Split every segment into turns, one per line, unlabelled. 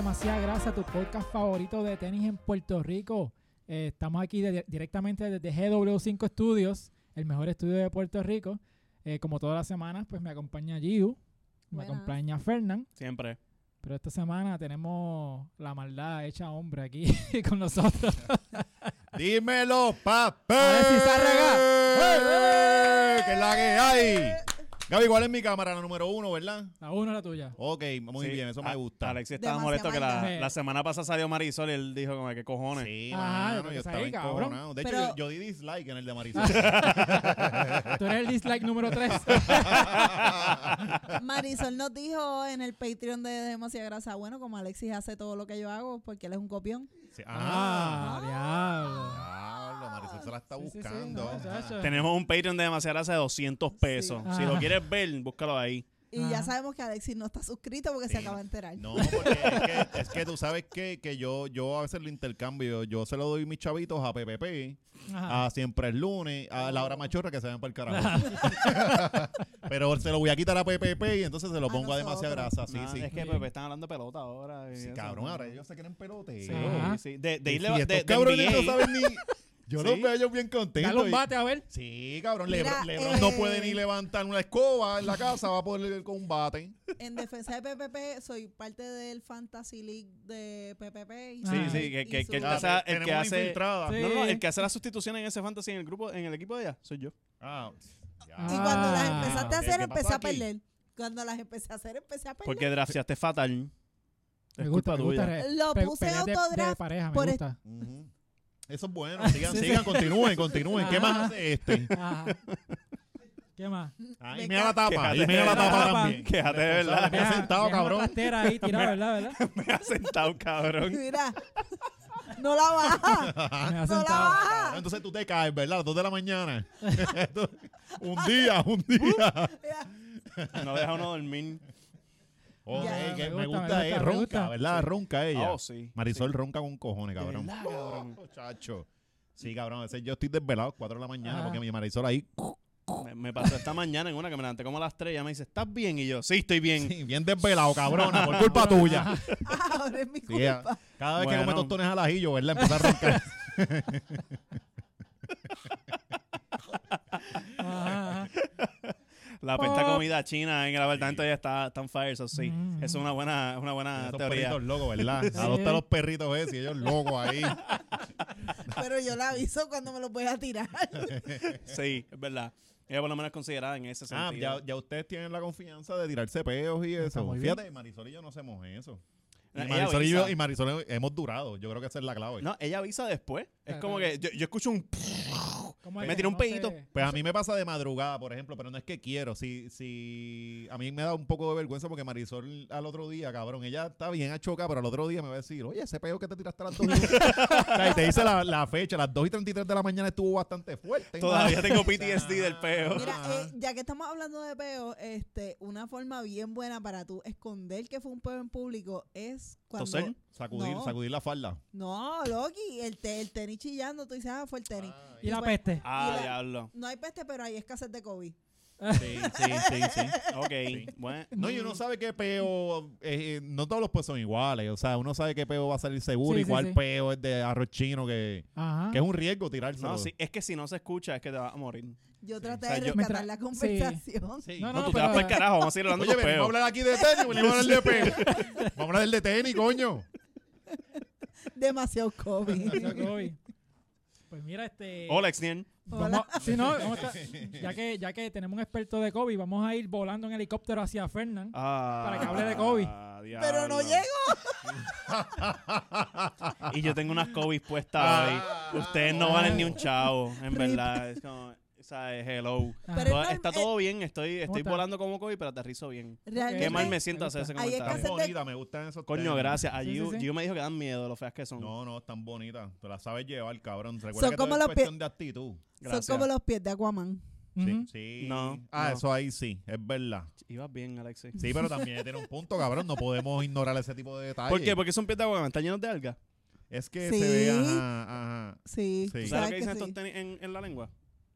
más a tu podcast favorito de tenis en Puerto Rico. Eh, estamos aquí de- directamente desde GW5 Studios, el mejor estudio de Puerto Rico. Eh, como todas las semanas, pues me acompaña Gidu, me
Buenas.
acompaña Fernán,
Siempre.
pero esta semana tenemos la maldad hecha hombre aquí con nosotros.
Dímelo, papel.
A ver si se arregla.
¡Eh! ¡Que es la que hay! Gaby, ¿cuál es mi cámara? La número uno, ¿verdad?
La uno la tuya.
Ok, muy
Sí.
bien, eso me
A-
gusta.
Alexis estaba
Demasiado
molesto que la,
maldad.
la semana pasada salió Marisol y él dijo como que "¿Qué cojones.
Sí,
Ajá,
mano,
lo que
yo
sea
estaba
ahí, cabrón.
encojonado. De hecho,
Pero-
yo, yo di dislike en el de Marisol.
Tú eres el dislike número 3.
Marisol nos dijo en el Patreon de Demasiada Grasa, bueno, como Alexis hace todo lo que yo hago, porque él es un copión.
Sí, ah,
ah, diablo.
Diablo, Marisol se la está
Sí, sí, sí,
buscando.
no,
Ajá.
chacho.
Tenemos un Patreon de demasiada grasa de 200 pesos.
Sí.
Si lo
Ah.
quieres ver, búscalo ahí.
Y
Ajá.
ya sabemos que Alexis no está suscrito porque se
Sí.
acaba de enterar.
No, porque es que, es que tú sabes que, que yo, yo a veces lo intercambio. Yo se lo doy mis chavitos a PPP.
Ajá.
a siempre es lunes, a la hora machorra que se ven para el carajo. Pero se lo voy a quitar a PPP y entonces se lo
A
pongo a demasiada
Ah,
grasa.
nosotros.
Ah,
Nah,
Sí, sí.
Ah, Es que
Sí.
Pepe están hablando de pelota ahora. y
Sí,
eso.
cabrón, ahora ellos se quieren pelote.
Sí,
Ajá.
sí. De, de
Y
irle
si
de,
estos
de
cabrones
NBA.
no saben ni. Yo
Sí.
los veo ellos bien
Dale
contentos.
un
y-
bate, a ver.
Sí, cabrón.
Mira,
Lebron, Lebron no
eh.
puede ni levantar una escoba en la casa, va a poder ir con un bate.
En defensa de PPP, soy parte del Fantasy League de PPP. y-
Sí,
y-
sí, que-
y
que-
su-
que él
Ah,
está- el
tenemos
que
una
hace-
infiltrada.
Sí.
No, no, el que hace la sustitución en ese fantasy en el grupo, en el equipo de ella, soy yo.
Pues
Ah, ya.
Y cuando las
Ah.
empezaste a
¿Qué-
hacer,
qué pasó
empecé a
aquí?
perder. Cuando las empecé a hacer, empecé a perder.
Porque drafteaste fatal.
Me
Es
gusta,
culpa
me gusta.
tuya.
re-
Lo
pe-
puse
peleas de- de
autodraft
pareja, me
por est-
gusta.
Ujú. Eso es bueno. Sigan,
Sí, sí.
sigan, continúen, continúen. ¿Qué
Ajá.
más hace este?
Ajá. ¿Qué más?
Ah,
Me
y mira la tapa,
Quéjate.
y mira la
La
tapa
tapa.
también.
Quéjate de verdad.
Me ha sentado,
deja
cabrón.
la cartera ahí tirada, ¿verdad? ¿verdad?
Me has sentado, cabrón.
Mira, no la baja.
Me ha
No la
sentado.
Ah,
baja.
Entonces tú te caes, ¿verdad? A las 2 de la mañana. un día, un día.
Mira,
No deja uno dormir.
Ok,
Ya,
que
me
me
gusta,
gusta,
me
eh,
gusta, me
ronca,
gusta.
¿verdad? Ronca ella.
Oh, sí.
Marisol ronca con cojones,
De
cabrón.
verdad, cabrón.
Oh, chacho. Sí, cabrón, a veces yo estoy desvelado a las 4 de la mañana
Ajá.
porque mi Marisol ahí,
Me, me pasó esta mañana en una que me levanté como a las 3 y ella me dice, ¿estás bien? Y yo, sí, estoy bien.
sí, bien desvelado, cabrona, por culpa tuya.
ahora es mi
Sí, ya.
culpa.
Cada vez que
Bueno.
come tostones al ajillo, ¿verdad? Empieza a roncar.
Ajá, ajá.
La pesta
Pop.
comida china en el apartamento ya está tan fire, eso sí.
Mm.
Es una buena, una buena
Esos
Ah, teoría.
perritos locos, ¿verdad? Adopta los perritos esos y ellos locos ahí.
Pero yo la aviso cuando me lo voy a tirar.
Sí, es verdad. Ella por lo menos es considerada en ese
Ah,
sentido.
ya, ya ustedes tienen la confianza de tirarse peos y
Está
eso.
muy bien.
Fíjate, Marisol y yo no hacemos eso. Y
Ella
Marisol, y yo,
avisa.
y Marisol hemos durado. Yo creo que esa es la clave.
No, ella avisa después. Es
Ah,
como
claro.
que yo, yo escucho un...
¿Cómo
Me
que
tiró un
no se-
peguito.
Pues a mí me pasa de madrugada, por ejemplo, pero no es que quiero. Si, si a mí me da un poco de vergüenza porque Marisol al otro día, cabrón, ella está bien achoca, pero al otro día me va a decir, oye, ese peo que te tiraste a las 2 y O sea, y te dice la, la fecha, las 2 y 33 de la mañana estuvo bastante fuerte.
Todavía tengo PTSD del peo.
Mira,
Ajá.
eh, ya que estamos hablando de peo, este, una forma bien buena para tú esconder que fue un peo en público es cuando...
¿Toser?
Sacudir,
No.
sacudir la falda.
No, Loki, el, te- el tenis chillando, tú dices, ah, fue el tenis.
Y la
Pues,
peste.
Ah,
Y la-
diablo.
No hay peste, pero hay escasez de COVID.
Sí, sí, sí, sí.
Ok, bueno.
No, y uno sabe que peo, eh, eh, no todos los peos son iguales, o sea, uno sabe que peo va a salir seguro
Sí,
y
sí,
cuál
sí.
peo es de arroz chino, que,
Ajá.
que es un riesgo tirárselo.
No, sí, es que si no se escucha es que te vas a morir.
Yo traté
O sea,
de
yo-
rescatar
Mientras-
la
sí.
conversación.
Sí.
No,
No,
no,
tú te
pero-
vas para el carajo, vamos a seguir hablando
Oye,
de
venimos a
peo.
hablar aquí de tenis, venimos a hablar de peo. Vamos a hablar del de tenis, coño.
Demasiado COVID.
Gracias, Kobe. Pues mira, este.
Hola, Exnien.
Vamos, sí, no, vamos a- ya, que, ya que tenemos un experto de COVID, vamos a ir volando en helicóptero hacia Fernán.
Ah,
Para que hable de Kobe.
diablo.
pero no llego.
Y yo tengo unas Kobe puestas
Ah,
hoy. Ustedes no
ah.
valen ni un chavo, en verdad. Es como, ¿sabes? Hello.
Ajá.
Pero-
Todo-
no,
está
eh,
todo bien, estoy,
¿cómo
estoy
está?
volando como Kobe, pero aterrizo bien.
Realmente,
Qué mal
Me
me siento hacer ese
gusta.
Ahí es que
comentario.
Están
hacer de-
bonitas, me gustan esos
Coño,
tenis.
gracias. A
Sí, sí,
Giu,
sí.
Giu me dijo que dan miedo lo feas que son.
No, no, están bonitas. Te las sabes llevar, cabrón. Recuerda
Son
que
como
todo
los
es
pie-
cuestión de actitud.
Gracias.
Son como los pies de Aquaman.
Ujú.
Sí, sí.
No,
Ah,
no.
eso ahí sí, es verdad.
Ibas bien, Alexis.
Sí, pero también tiene un punto, cabrón. No podemos ignorar ese tipo de detalles.
¿Por qué? Porque pues, son pies de agua, están llenos de algas.
Es que
Sí.
se ve, ajá, ajá.
Sí.
Sí.
tú
¿Sabes lo
¿Sabes
que
que
dicen
sí?
estos tenis en, en la lengua?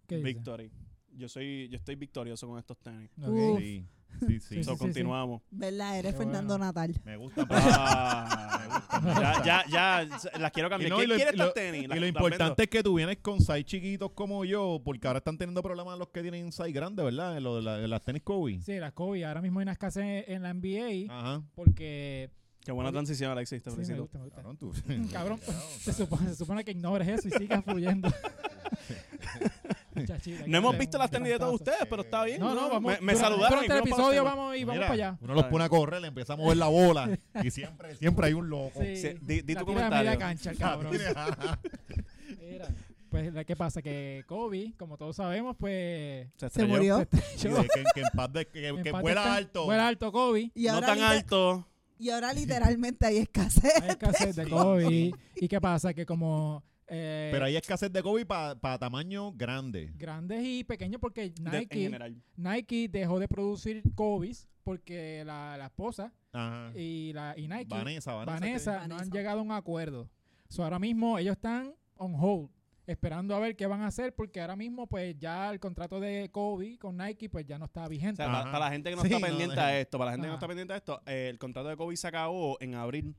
¿Qué dice?
Victory. yo soy, yo estoy victorioso con estos tenis.
Ok.
Uf.
Sí, sí, sí.
Sí,
So,
sí, sí.
continuamos.
¿Verdad? Eres
Qué
Fernando
bueno.
Natal.
Me gusta. pa- me
Ah,
gusta, me gusta.
ya, ya, ya, s- las quiero cambiar.
Y no, y
¿Quién
lo-
quiere
y lo-
estos tenis?
Y
Las-
lo
las
importante
vendo.
es que tú vienes con size chiquitos como yo, porque ahora están teniendo problemas los que tienen size grande, ¿verdad? Lo de la- de las tenis Kobe.
Sí, la Kobe. Ahora mismo hay una escasez en, en la NBA
Ajá.
porque...
Qué buena transición, Alexis, te
Sí, me
felicito.
gusta, me gusta.
Cabrón, tú.
Mm, Cabrón, se supone, se supone que ignores eso y sigas fluyendo. Chachita,
No hemos
que-
visto las tenis de todos
cantazo.
ustedes, pero está bien.
No, no, vamos.
Me, me
durante-
saludaron. y
Durante el
fuimos para los
episodio
temas.
vamos, y vamos
Mira,
para allá.
Uno los pone a correr, le empieza a mover la bola. y siempre, siempre hay un loco.
Sí,
Oh, Sí, di- di
la tira de
tu comentario.
media cancha, el cabrón. Mira, pues, la- ¿qué pasa? Que Kobe, como todos sabemos, pues...
Se
estrelló.
murió.
Sí, de que, que en paz de- que,
en
que
paz
vuela
descanse.
alto.
Vuela alto Kobe.
Y
no
ahora,
tan
liter-
alto.
y ahora literalmente hay escasez.
Hay escasez de
Sí.
Kobe. ¿Y qué pasa? Que como... eh,
Pero hay escasez de Kobe para tamaño grande.
Grandes y pequeños porque
de- en
Nike,
general.
Nike dejó de producir Kobe's porque la, la esposa
Ajá.
y, la, y Nike, Vanessa,
Vanessa, Vanessa.
¿qué?
no han
Vanessa.
llegado a un acuerdo. So, ahora mismo ellos están on hold, esperando a ver qué van a hacer porque ahora mismo pues ya el contrato de Kobe con Nike pues ya no está
O
vigente.
sea,
Ajá.
para, para la gente que no
Sí,
está
no,
pendiente
déjame.
a esto, para la gente que no
Ajá.
está pendiente a esto, eh, el contrato de Kobe se acabó en abril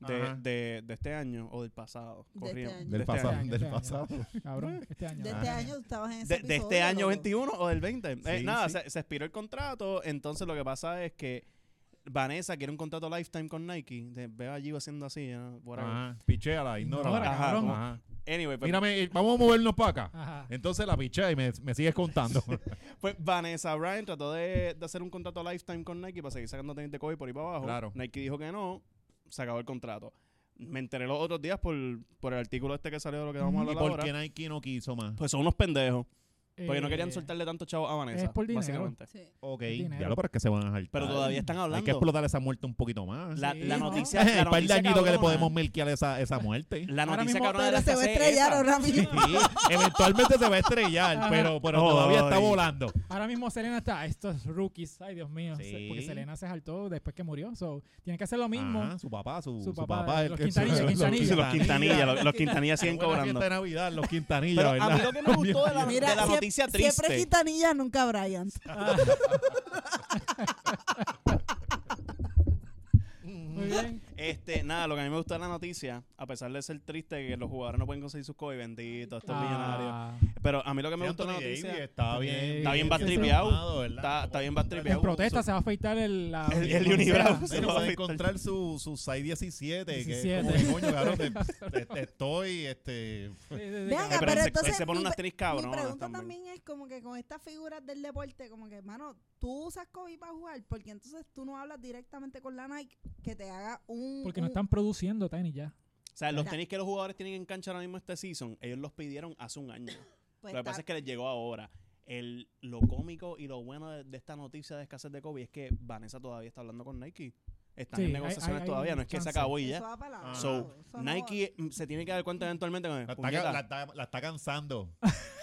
de,
Ajá.
de, de este año o del pasado.
De este
corrijo.
año.
Del
De este
pasado.
año.
año,
del
este año.
pasado.
Cabrón, este año.
De
¿no?
este año tú estabas en ese
De, de este
episodio,
año
loco.
21 o del 20. Eh,
Sí,
nada,
sí.
se, se expiró el contrato. Entonces lo que pasa es que Vanessa quiere un contrato lifetime con Nike. De- veo allí haciendo así. ¿no? Whatever.
Ajá. Pichéala, ignórala.
Ignora,
Ajá,
cabrón.
ajá.
Anyway, pues,
Mírame, eh, vamos a movernos para acá.
Ajá.
Entonces la piché y me, me sigues contando.
pues Vanessa Bryant trató de, de hacer un contrato lifetime con Nike para seguir sacando tenis de Kobe por ahí para abajo.
Claro.
Nike dijo que no. Se acabó el contrato. Me enteré los otros días por, por el artículo este que salió de lo que vamos a
¿Y
hablar
por
ahora.
qué Nike no quiso más?
Pues son unos pendejos. Porque no
Eh,
querían soltarle tanto chavo a Vanessa.
es por dinero.
básicamente.
Sí.
Ok,
Dinero.
ya lo pero es que se van a jaltar.
Pero todavía están
Hay que
hablando.
explotar esa muerte un poquito más.
La,
Sí,
la
¿no?
noticia.
Hay
la
un par de
noticia
añitos que le
cabrona-
podemos milquear esa, esa muerte.
La
Ahora
noticia
mismo
cabrona de
Pero
la
se va a
escasez es
estrellar
esa.
ahora mismo.
Sí, eventualmente se va a estrellar, pero, pero todavía está
Ay.
volando.
Ahora mismo Selena está, estos rookies, ay Dios mío, se- porque
Sí.
Selena se saltó después que murió, so, tiene que hacer lo mismo.
Ajá, su papá, su,
Su
su
papá,
papá. el,
los
el-
Quintanilla,
los-
Quintanilla.
Los Quintanilla, los, los Quintanilla
Qué
siguen
buena
cobrando.
fiesta de Navidad, los Quintanilla,
Pero a
¿verdad?
mí lo que no me gustó de la, de
Mira,
la
sie-
noticia
Siempre
triste.
Quintanilla, nunca Bryant.
Muy bien.
Este, nada, lo que a mí me gustó de la noticia, a pesar de ser triste que los jugadores no pueden conseguir sus Kobe, benditos, estos millonarios.
Ah,
Pero a mí lo que me
Sí,
gustó de la
Anthony
noticia.
Davis está bien.
Está
bien bastripeado.
bastripeado
Está- está bien bastripeado.
en protesta se va a afeitar el, la-
El- el
la-
unibrow.
Sí, no Pues, puede encontrar su, su 617, que es como
17.
que, coño, cabrón, te, te- te estoy, este...
Sí, sí, sí,
Vean,
cabrón.
pero
pero
él se-
entonces
él se pone
mi
unas
pre-
tenis
Mi
cabronas
pregunta
también.
también es como que con estas figuras del deporte, como que, mano, tú usas Kobe para jugar, porque entonces tú no hablas directamente con la Nike que te haga un...
porque no
un-
están produciendo tenis ya.
O sea, los
Mira.
tenis que los jugadores tienen en cancha ahora mismo este season, ellos los pidieron hace un año.
pues,
lo que
está-
pasa es que les llegó ahora. El, lo cómico y lo bueno de, de esta noticia de escasez de Kobe es que Vanessa todavía está hablando con Nike. Están
Sí,
en
hay-
negociaciones
hay- hay
todavía,
un
no es que se
chance.
acabó y
eso
ya.
va para la-
Ah.
So,
eso no-
Nike mm, se tiene que dar cuenta eventualmente con
La está, ca- la, está, la está cansando.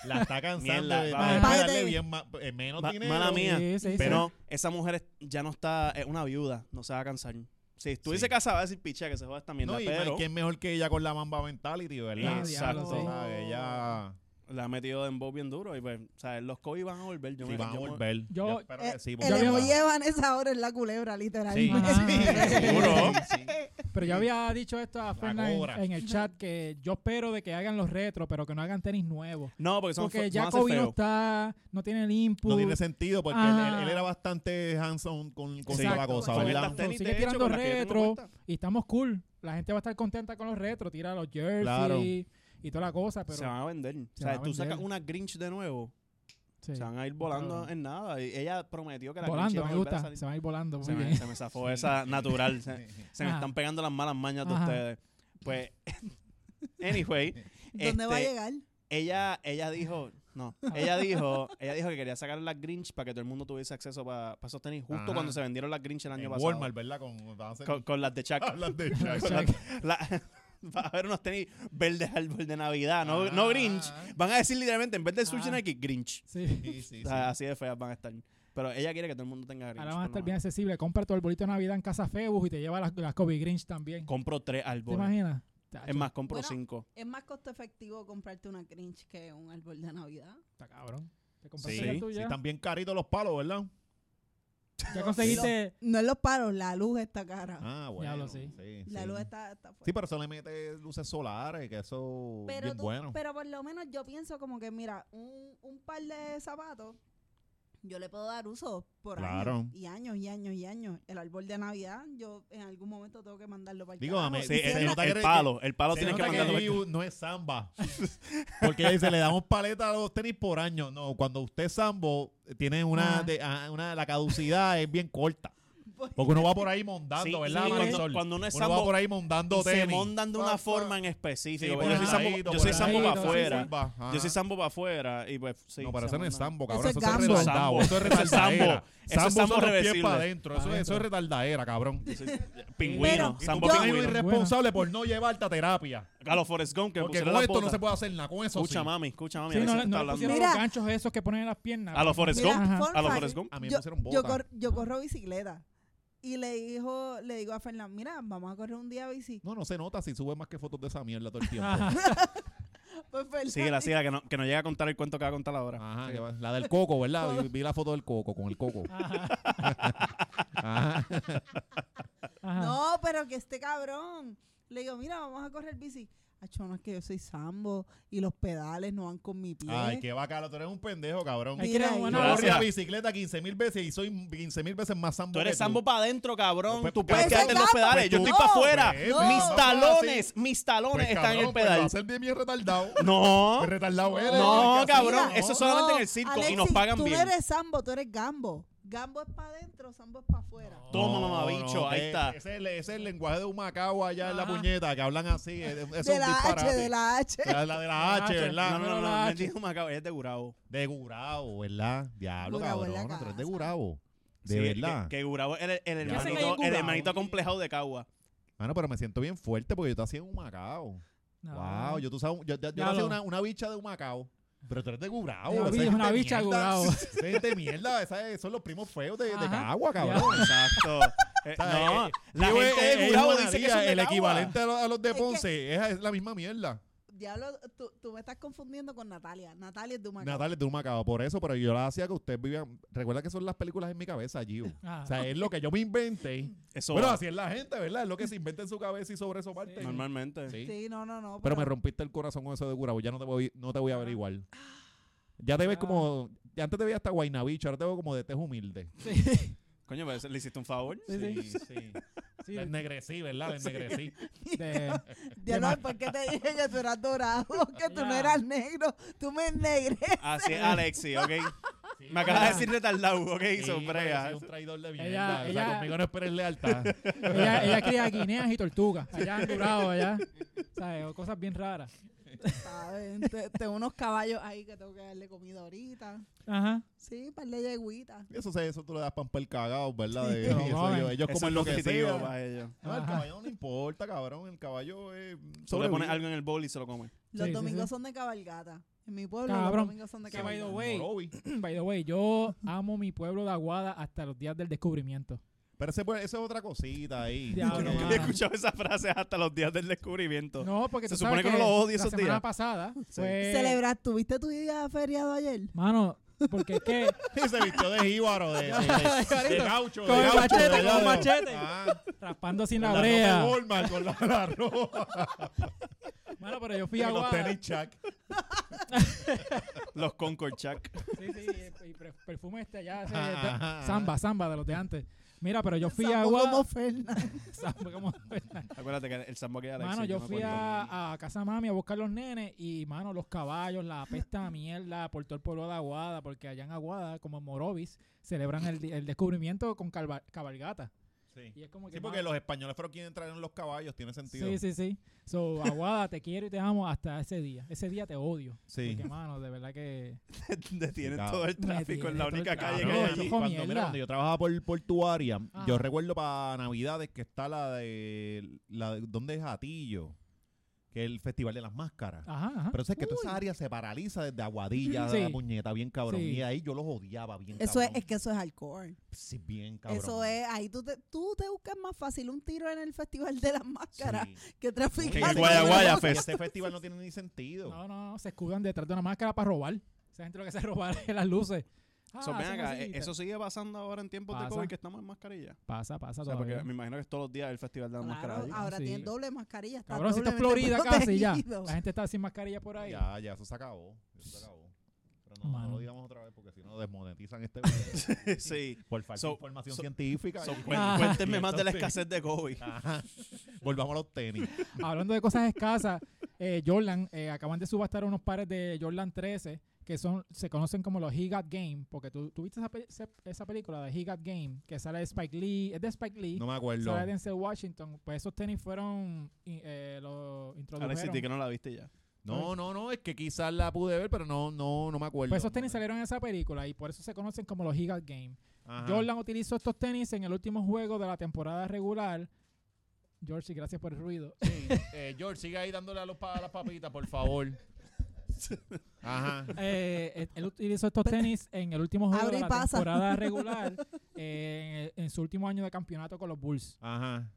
La está cansando.
Mierda,
de-
va.
de
Págate.
darle bien ma- eh, menos
Ma-
dinero.
mala mía.
Sí, sí, sí.
Pero esa mujer es- ya no está, es una viuda, no se va a cansar. Si estuviese
Sí.
casada, va a decir picha que se joda esta mierda.
No, y
pero
¿quién mejor que ella con la Mamba Mentality, verdad?
Ah, diablo,
O sea,
sí.
Ella...
la ha metido de embob bien duro. Y pues, o sea, los Kobe van a volver. Yo
Sí,
me-
van a
yo me-
volver.
Yo-
espero
Eh,
que sí,
El
yo
porque-
emoji
emoji de Vanessa ahora es la culebra,
Sí,
literalmente.
Ajá.
seguro.
Pero yo había dicho esto a Fernan en,
cobra.
en el chat que yo espero de que hagan los retros, pero que no hagan tenis nuevos.
No, porque son
Porque
fe-
ya
van a ser
Kobe no
feos.
está, no tiene el input.
No tiene sentido porque él-
Ah.
él, él era bastante hands-on con, con
Sí.
toda la
Exacto,
cosa,
con
Son
¿verdad?
estas
¿verdad?
Entonces,
tenis,
sigue
de hecho,
tirando
con las que yo tengo
retro.
puestas.
y estamos cool. La gente va a estar contenta con los retros, tira los jerseys
Claro.
y toda la cosa, pero
Se van a vender.
Se
o
van
sea,
a
tú
vender.
sacas una Grinch de nuevo,
sí.
se van a ir volando
Cabrón.
en nada. Y ella prometió que la Grinch
volando,
iba a
me
volver a
gusta,
salir.
se van a ir volando muy
Se me,
bien.
se me zafó esa natural. Se, se me
Ajá.
están pegando las malas mañas de
Ajá.
ustedes. Pues, anyway.
¿Dónde va a
este,
llegar?
ella, ella dijo, no, ella dijo, ella dijo que quería sacar las Grinch para que todo el mundo tuviese acceso para esos tenis justo
Ajá.
cuando se vendieron las Grinch el año
En
pasado.
Walmart, Ah. ¿verdad? Con, van a ser-
Con, con las de Chuck.
Hablan de Shaq.
Chuck.
La- va a haber unos tenis verdes árbol de Navidad, no, no
Ah.
Grinch. Van a decir literalmente, en vez de Switch
Ah.
Nike, Grinch.
Sí.
Sí, sí, sí.
O sea, así de feas van a estar. Pero ella quiere que todo el mundo tenga Grinch.
Ahora van a
por lo
estar bien
menos.
accesibles. Compra tu arbolito de Navidad en Casa Febus y te lleva las, las Kobe Grinch también.
Compro tres
¿Te
árboles.
imaginas?
Es más, compro
Bueno.
cinco.
Es más costo efectivo comprarte una cringe que un árbol de Navidad.
Está cabrón. Te compraste
Sí,
la
sí,
tuya.
están bien caritos los palos, ¿verdad?
ya conseguiste.
No en los paros, la luz está cara.
Ah, bueno.
Diablo, sí.
Sí,
la
sí.
luz está, está fuerte.
Sí, pero eso le mete luces solares, que eso
Pero,
es pues, bien
tú-
bueno.
pero por lo menos yo pienso como que, mira, un, un par de zapatos, yo le puedo dar uso por
Claro.
años y años y años y años. El árbol de Navidad, yo en algún momento tengo que mandarlo para el
Digo,
carajo.
amén,
Sí,
se
el,
nota
el
que-
palo, el palo
Se
tienes que
nota
mandarlo.
Liu no es samba. Porque ella dice, le damos paleta a los tenis por año. No, cuando usted es sambo, tiene una,
Ah.
de- ah, una la caducidad es bien corta.
Pues-
Porque uno va por ahí mondando,
Sí,
¿verdad,
sí,
Marisol?
cuando- cuando uno es
va
sambo,
por ahí mondando tenis.
se mondan de una
Por- por-
forma en específico.
Sí,
porque yo soy
por
sambo,
ahí,
yo
por
soy
ahí,
sambo
sí,
para
sí,
afuera.
sí.
Ajá.
Yo soy sambo para afuera y pues sí.
no, para
se
eso no es
mandan.
sambo,
Eso
cabrón.
es
Eso, es
gambo.
retardado. Eso es
Eso es sambo.
retardadera.
Eso es
Sambo
sambo
son los pies
reversible.
para adentro. Eso,
Pa'
eso es
adentro.
retardadera, cabrón.
Sí, sí. Pingüino,
Pero-
Y
sambo
tú eres un
pingüino.
irresponsable por no llevarte a terapia.
A los Forrest Gump que
Porque
pusieron
con
las
esto no
botas.
se puede hacer nada. Con eso
Escucha,
sí.
mami, escucha, mami.
Sí,
a ver
no,
si
le-
te
no
está
le
hablando.
pusieron
Mira.
los ganchos esos que ponen en las piernas.
A los Forrest
Mira,
Ajá.
fun
A los
fact,
Forrest Gump.
A mí me
yo,
pusieron
yo
botas.
cor- yo corro bicicleta. Y le dijo, le digo a Fernán, mira, vamos a correr un día bici.
No, no se nota si sube más que fotos de esa mierda todo el tiempo.
Ajá.
Pues Fernán-
Síguela, síguela, que no, que no llega a contar el cuento que va a contar ahora.
Ajá, que va- la del coco, ¿verdad? Vi- Vi la foto del coco, con el coco.
Ah,
Ajá.
Ajá.
Ajá.
No, pero que este cabrón. Le digo, mira, vamos a correr bici. Acho, no es que yo soy sambo y los pedales no van con mi pie.
Ay, qué bacala, tú eres un pendejo, cabrón.
Hay
Yo
que ir a
Mira ahí.
una-
no,
corrí la
gracias.
bicicleta 15 mil veces y soy 15 mil veces más sambo
Tú
que
eres sambo para adentro, cabrón.
Pues,
tú
pues,
puedes
pues,
quedarte en los
pues,
pedales. Yo estoy
pues,
no,
para afuera.
pues,
no.
Mis
Pues,
talones, mis talones
Pues,
están en
cabrón,
el
pues,
pedal.
va a ser bien, bien retardado.
No.
Pues, retardado eres.
No,
¿qué hacía?
cabrón,
No.
eso es solamente en el circo y nos
Alexis,
pagan bien.
Tú no eres sambo, tú eres gambo. Gambo es para adentro, sambo es para afuera.
Toma,
No,
mamabicho,
no,
ahí
que
está.
Ese es, el- ese es el lenguaje de un macao allá en la
Ajá.
puñeta, que hablan así. es- es- es
de
un
la
disparate.
H, de la H.
La, la de la H, ¿verdad?
No, no, no,
Pero
no,
la
no
pues,
H.
es de Humacao, es de Gurabo.
De Gurabo, ¿verdad? Diablo,
Gurabo en la
cabrón, tú eres de
casa.
Gurabo. De
Sí,
verdad.
Que, que Gurabo era el, el
¿Qué hacen ahí en
hermanito, el
Gurabo?
hermanito complejado de Cagua.
Mano, pero me siento bien fuerte porque yo te hacía un Macao.
No.
Ah.
Wow, yo tú sabes, yo, yo- yo te
Ya
hacía
lo-
una, una bicha de un Macao. Pero tú eres de Gurabo.
Una
esa
bi-
gente
una bicha de
mierda.
Gurabo.
Esa gente de mierda, esa es- son los primos feos de, de
Ajá.
Cagua, cabrón.
Ya.
Exacto. Eh, no, la
Digo,
gente
eh,
de
eh,
Gurabo
Juana
dice que
Díaz,
son de
El
Cagua.
equivalente a los, a los de
Es que-
Ponce es, es la misma mierda.
Diablo, tú, tú me estás confundiendo con Natalia. Natalia es de Humacao.
Natalia, tú me acabas por eso, pero yo la hacía que ustedes vivían. Recuerda que son las películas en mi cabeza, Gio.
Ah.
O sea, es lo que yo me inventé.
Eso
Bueno,
va,
así es la gente, ¿verdad? Es lo que se inventa en su cabeza y sobre eso parte.
normalmente.
Sí.
Sí, no, no, no.
Pero me rompiste el corazón con eso de Curabo. Ya no te voy, no te voy a ver
Ah.
igual. Ya te ves
Ah.
como. ya Antes te veía hasta guaynabicho, ahora te veo como de tez humilde.
Sí,
Coño, pero eso- le hiciste un favor.
sí, sí. Sí,
La ennegrecí, ¿verdad? La ennegrecí.
de-
Diablo, ¿por qué te dije que tú eras dorado? Que tú no
Ya.
eras negro. Tú me negres.
Así es, Alexi, ¿ok? Me acabas de decir retardado, ¿ok? Sombrea.
un traidor de
mierda.
mierda.
Ella- O sea, ella- conmigo
conmigo no esperes lealtad.
ella, ella cría guineas y tortugas. Allá en Durado, allá. ¿Sabes? O Cosas bien raras.
¿Sabes? Te- Tengo unos caballos ahí que tengo que darle comida ahorita.
Ajá.
Sí, para de yegüitas.
Eso, se- eso tú le das pan para el cagado, ¿verdad? De-
Sí, lo
eso
comen.
ellos, ellos
Eso
comen
es
lo que
nutritivo
sea.
para ellos.
No, el
Ajá.
caballo no le importa, cabrón. El caballo es.
Tú le pones
sobrevive.
algo en el bowl y se lo comes.
Los
Sí, sí,
domingos
sí.
son de cabalgata. En mi pueblo
Cabrón.
los domingos son de
Que by the
cabalgata.
way,
Morovi.
by the way, yo amo mi pueblo de Aguada hasta los días del descubrimiento.
Pero ese, pues, eso es otra cosita ahí.
Diablo,
Que-
mano.
Yo he escuchado esas frases hasta los días del descubrimiento.
No, porque
Se
tú sabes
supone que uno lo odia
la
esos
semana
días.
pasada
Sí.
fue...
Celebrar, ¿tuviste tu día feriado ayer?
Mano, porque es que...
Y se vistió de jíbaro, de, de, de, de gaucho.
Con el
de gaucho,
machete,
de
con el
gaucho.
machete.
Ah,
Raspando sin la
con la ropa
brea.
de Walmart, con la, la ropa.
Mano, pero yo fui
Y
a
los
Aguada.
tenis Chuck.
Los Concord Chuck.
Sí, sí, y pre- perfume este allá. ese-
Ajá.
Samba, samba de los de antes. Mira, pero yo fui a
Sambo
Aguada.
como Fernan.
Samba como-
Acuérdate que el sambo que Alexi.
Mano, yo
me
fui
acuerdo.
a, a casa de mami a buscar los nenes y, mano, los caballos, la pesta mierda por todo el pueblo de Aguada, porque allá en Aguada, como en Morovis, celebran el, di- el descubrimiento con calva- cabalgata.
Sí.
Y es como que,
Sí, porque
mano,
los españoles fueron quienes entraron los caballos, tiene sentido.
sí, sí, sí. So, Aguada, te quiero y te amo hasta ese día. Ese día te odio.
Sí.
Porque, mano, de verdad que...
Detienen
Claro.
todo el
Me
tráfico en la
tiene todo
única
el
calle que
tráfico.
hay
Claro,
allí.
Ojo,
cuando,
mierda. Ah.
mira, cuando yo trabajaba por portuaria,
Ajá.
yo recuerdo para Navidades que está la de. La, de- ¿Dónde es Atillo? Que es el Festival de las Máscaras.
Ajá, ajá.
Pero eso es que toda esa área se paraliza desde Aguadilla, de la
Ah, Sí.
puñeta, bien cabrón.
Sí.
Y ahí yo los odiaba, bien
Eso es,
cabrón.
es que eso es hardcore.
Sí, bien cabrón.
Eso es, ahí tú te, tú te buscas más fácil un tiro en el Festival de las Máscaras
Sí. este
que traficar.
Que en Guaya Guaya
Y
Fest.
Ese festival no tiene ni sentido.
No, no, no, se escudan detrás de una máscara para robar. Esa gente lo que se robaron es las luces. Ah,
So, ven
hacen
acá,
así,
¿e-
te-
¿eso sigue pasando ahora en tiempos
Pasa.
de COVID que estamos en mascarilla?
Pasa, pasa
O sea, porque
todavía.
me imagino que es todos los días el festival de la
Claro,
mascarilla.
ahora
Sí.
tienen doble mascarilla. Está
Cabrón, si está Florida casi ya. La gente está sin mascarilla por ahí.
Ya, ya, eso se acabó. Eso se acabó. Pero no, no
Mano.
lo digamos otra vez porque si no desmonetizan este
sí.
por falta
So-
de información
so-
científica.
So,
Y-
cuen-
Ah.
cuéntenme más de la
Entonces-
escasez de COVID.
Ajá. Volvamos a los tenis.
Hablando de cosas escasas, eh, Jordan, eh, acaban de subastar unos pares de Jordan 13 que son se conocen como los He Got Game, porque tú, tú viste esa, pe- esa- esa película de He Got Game, que sale de Spike Lee, es de Spike Lee,
No me acuerdo.
sale de Denzel Washington, pues esos tenis fueron, i- eh, los
Alex, si
introdujeron.
ti que no la viste ya.
No, no, no, es que quizás la pude ver, pero no, no, no me acuerdo.
Pues esos tenis salieron en esa película y por eso se conocen como los He Got Game.
Ajá.
Jordan utilizó estos tenis en el último juego de la temporada regular. George, y gracias por el ruido.
Sí, eh, George, sigue ahí dándole a, los pa- a las papitas, por favor. Ajá.
Eh, eh, él utilizó estos tenis en el último juego
Abre
de
y
la
pasa.
temporada regular eh, en, en su último año de campeonato con los Bulls.
Ajá.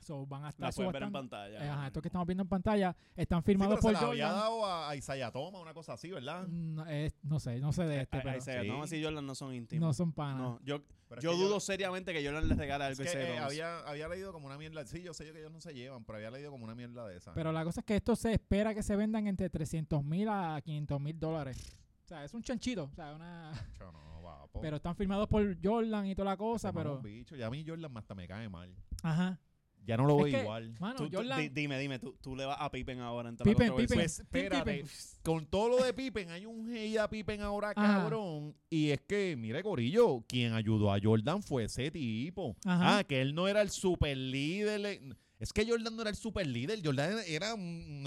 So, van a estar
La puedes ver en
subastando-
pantalla.
Eh, ajá, estos que estamos viendo en pantalla están firmados
Sí, pero
por
se las había
Jordan.
dado a, a Isaiah Thomas, una cosa así, ¿verdad?
No, eh, no sé, no sé de este,
Ay,
pero
ay, se-
Sí.
No, así Jordan no son
no
íntimos.
son panas.
No, yo,
Pero es
yo
que
dudo seriamente que Jordan les regala
es
algo y
que,
se
eh,
lo-
había, había leído como una mierda. Sí, yo sé que ellos no se llevan, pero había leído como una mierda de esa.
Pero la cosa es que esto se espera que se vendan entre 300 mil a 500 mil dólares. O sea, es un chanchito. O sea, una...
Chacho, no, papo.
Pero están firmados por Jordan y toda la
Ese
cosa, pero...
mamón bicho. Ya a mí Jordan hasta me cae mal.
Ajá.
Ya no lo
Es
veo
que-
igual.
Mano,
Tú- tú-
Jordan...
di- dime, dime, tú, tú le vas a Pippen ahora en toda la
Pippen,
controversia.
Pippen.
Pues espérate,
Pippen.
con todo lo de Pippen, hay un hate a Pippen ahora,
Ajá.
cabrón. Y es que, mire, Corillo, quien ayudó a Jordan fue ese tipo.
Ajá.
Ah, que él no era el super líder. Es que Jordan no era el super líder. Jordan era un un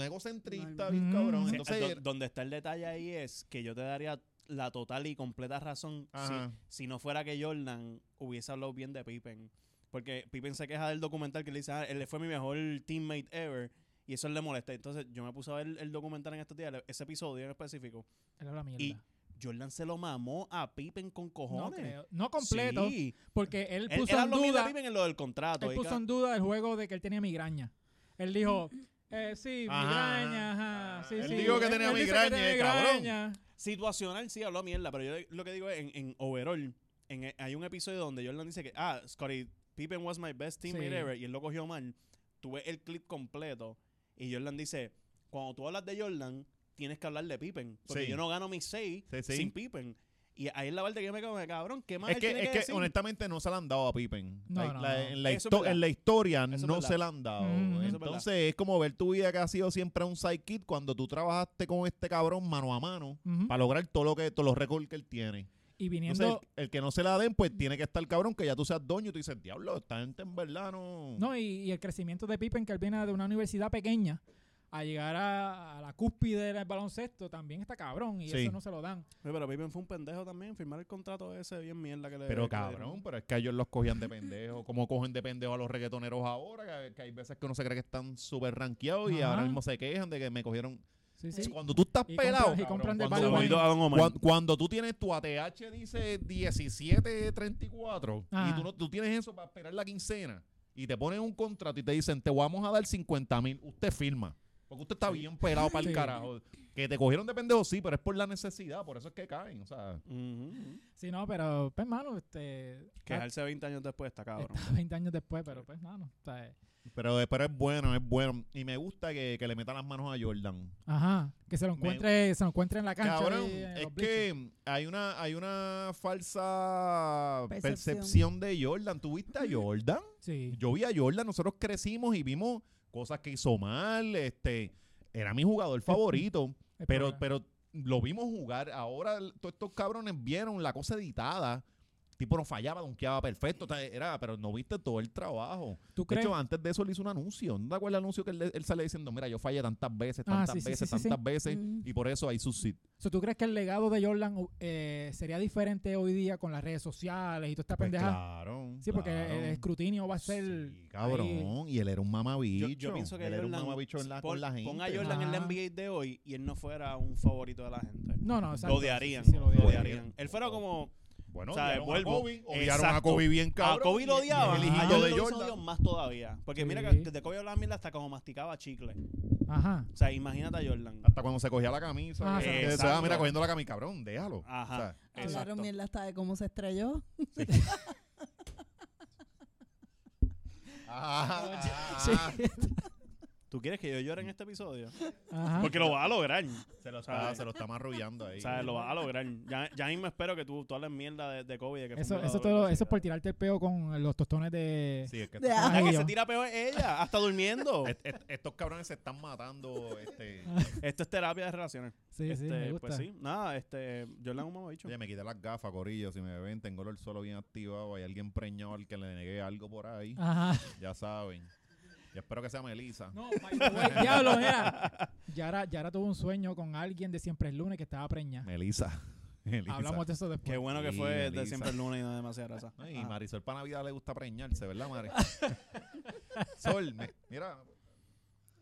Normal.
egocentrista, bien cabrón.
Mm.
Sí,
Entonces,
do- donde está el detalle ahí es que yo te daría la total y completa razón si,
Ajá.
si no fuera que Jordan hubiese hablado bien de Pippen. Porque Pippen se queja del documental que le dice, ah, él fue mi mejor teammate ever. Y eso le molesta. Entonces yo me puse a ver el documental en estos días, le- ese episodio en específico.
Él habla mierda.
Y Jordan se lo mamó a Pippen con
No,
cojones.
creo. no completo,
Sí.
porque él
Él,
puso
él
en
habló bien de
duda,
Pippen en lo del contrato.
él
y
puso
ca-
en duda el juego de que él tenía migraña. Él dijo, eh, sí,
Mm. Ajá,
migraña,
ajá.
ajá, sí,
Él
sí.
dijo que tenía
dice
migraña, cabrón.
Situacional sí habló mierda, pero yo lo que digo es en, en overall, en, eh, hay un episodio donde Jordan dice que, ah, Scotty, Pippen was my best teammate
Sí.
ever, y él lo cogió mal. Tuve el clip completo y Jordan dice, cuando tú hablas de Jordan, tienes que hablar de Pippen, porque
Sí.
yo no gano mis seis
Sí, sí.
sin Pippen. Y ahí es la parte que yo me cago en cabrón, ¿qué más
es
él
que,
tiene
es
que
que,
decir?
honestamente no se la han dado a Pippen.
No,
La-
no,
la-
no.
en, la
Eso es
histo-
verdad.
en la historia
Eso es
no
verdad.
se la han dado.
Mm. Eso es
Entonces es como ver tu vida que ha sido siempre un sidekick cuando tú trabajaste con este cabrón mano a mano
Ujú.
para lograr todo lo que, todos los récords que él tiene.
Y viniendo...
Entonces, el, el que no se la den, pues tiene que estar cabrón, que ya tú seas dueño y tú dices, diablo, esta gente en verdad no.
No, y, y el crecimiento de Pippen, que él viene de una universidad pequeña, a llegar a, a la cúspide del baloncesto, también está cabrón, y
Sí.
eso no se lo dan.
Oye, Pero Pippen fue un pendejo también, firmar el contrato ese bien mierda que le
eh,
pero
que le dieron.
cabrón, pero es que ellos los cogían de pendejo. Como cogen de pendejo a los reggaetoneros ahora, que, que hay veces que uno se cree que están súper rankeados y
Ajá.
ahora mismo se quejan de que me cogieron.
Sí, sí.
Cuando tú estás
Y compran-
pelado.
y
cabrón,
compran de Balvin.
cuando, cuando-
Saludito a Don Omar.
cuan- cuando tú tienes tu ATH dice 1734 y
Ajá.
tú, no, tú tienes eso para esperar la quincena y te ponen un contrato y te dicen te vamos a dar 50 mil, usted firma. Porque usted está bien pelado para el
Sí.
carajo. Que te cogieron de pendejo, sí, pero es por la necesidad, por eso es que caen. O sea,
Ujú, ujú.
Sí, no, pero, pues, mano, este...
Quejarse 20 años después está cabrón.
está 20 años después, pero, pues, mano, o sea,
pero, pero es bueno, es bueno. Y me gusta que, que le metan las manos a Jordan.
Ajá, que se lo
Me-
encuentre, se lo encuentre en la cancha.
Cabrón,
ahí, en
es
los bleachers.
que hay una, hay una falsa
Percepción.
percepción de Jordan. ¿Tú viste a Jordan?
Sí.
Yo vi a Jordan, nosotros crecimos y vimos cosas que hizo mal, este, era mi jugador favorito,
es
pero,
problema.
pero lo vimos jugar, ahora el- todos estos cabrones vieron la cosa editada, tipo no fallaba, donkeaba perfecto, ta- era, pero no viste todo el trabajo.
¿Tú
De
crees?
hecho, antes de eso le hizo un anuncio, ¿no te acuerdas el anuncio que él, él sale diciendo, mira, yo fallé tantas veces,
Ah,
tantas
sí, sí,
veces,
sí, sí, sí.
tantas veces,
Mm.
y por eso hay sus sit.
So, ¿Tú crees que el legado de Jordan uh, eh, sería diferente hoy día con las redes sociales y toda esta pendeja?
Pues, claro.
Sí, porque
claro.
el escrutinio va a ser.
Sí,
ahí.
cabrón, y él era un mamabicho.
Yo, yo pienso que
él era un
Jordan-
mamabicho en la,
pon-
con la gente.
Ponga a Jordan en la
Ajá.
NBA de hoy y él no fuera un favorito de la gente.
No, no, exacto.
Lo odiarían.
Sí, sí, lo
lo
odiarían.
odiarían. Él fuera como. ah,
Bueno,
O sea,
odiaron
vuelvo.
a Kobe, odiaron a
Exacto.
Kobe Ah, bien cabrón.
a Kobe lo
y- y
odiaban.
el
A
hijito
Jordan
de
lo hizo
Jordan.
odiar más todavía. Porque mira
Sí.
que desde Kobe hablaba mierda hasta como masticaba chicle.
Ajá.
O sea, imagínate a Jordan.
Hasta cuando se cogía la camisa.
Ah,
que-
exacto.
que se va, mira,
Exacto.
cogiendo la camisa, cabrón, déjalo.
Ajá.
O sea,
Exacto.
Hablaron mierda hasta de cómo se estrelló.
ah, ah,
Sí.
ah.
¿Tú quieres que yo llore
Mm.
en este episodio?
Ajá.
Porque lo vas a lograr.
Se lo está,
¿Sabes?
Ah, se lo está marrullando ahí.
O sea, lo vas a lograr. Ya, ya mismo espero que tú, tú hables mierda de, de Kobe. De que fue
Eso,
un
eso,
jugador
todo,
de
eso es por
velocidad.
tirarte el peo con los tostones de... Ah,
Sí, es que
De-
estos-
La que
Ay,
se
yo.
tira peor es ella, hasta durmiendo.
est- est- estos cabrones se están matando. Este,
Esto es terapia de relaciones.
Sí, sí, me
Este,
gusta.
Pues sí, nada, este, Jordan un mamabicho.
oye, me quité las gafas, corillo. Si me ven, tengo el solo bien activado. Hay alguien preñado al que le negué algo por ahí.
Ajá.
Ya saben. Yo espero que sea Melissa.
No, diablo, mira. Yara, Yara tuvo un sueño con alguien de siempre el lunes que estaba preña.
Melissa. Melissa.
Hablamos de eso después.
Qué bueno que
Sí,
fue de
Elisa.
siempre el lunes y no demasiada raza.
Ay,
Ajá.
Marisol para Navidad le gusta preñarse, ¿verdad, Mari? Sol, me- mira.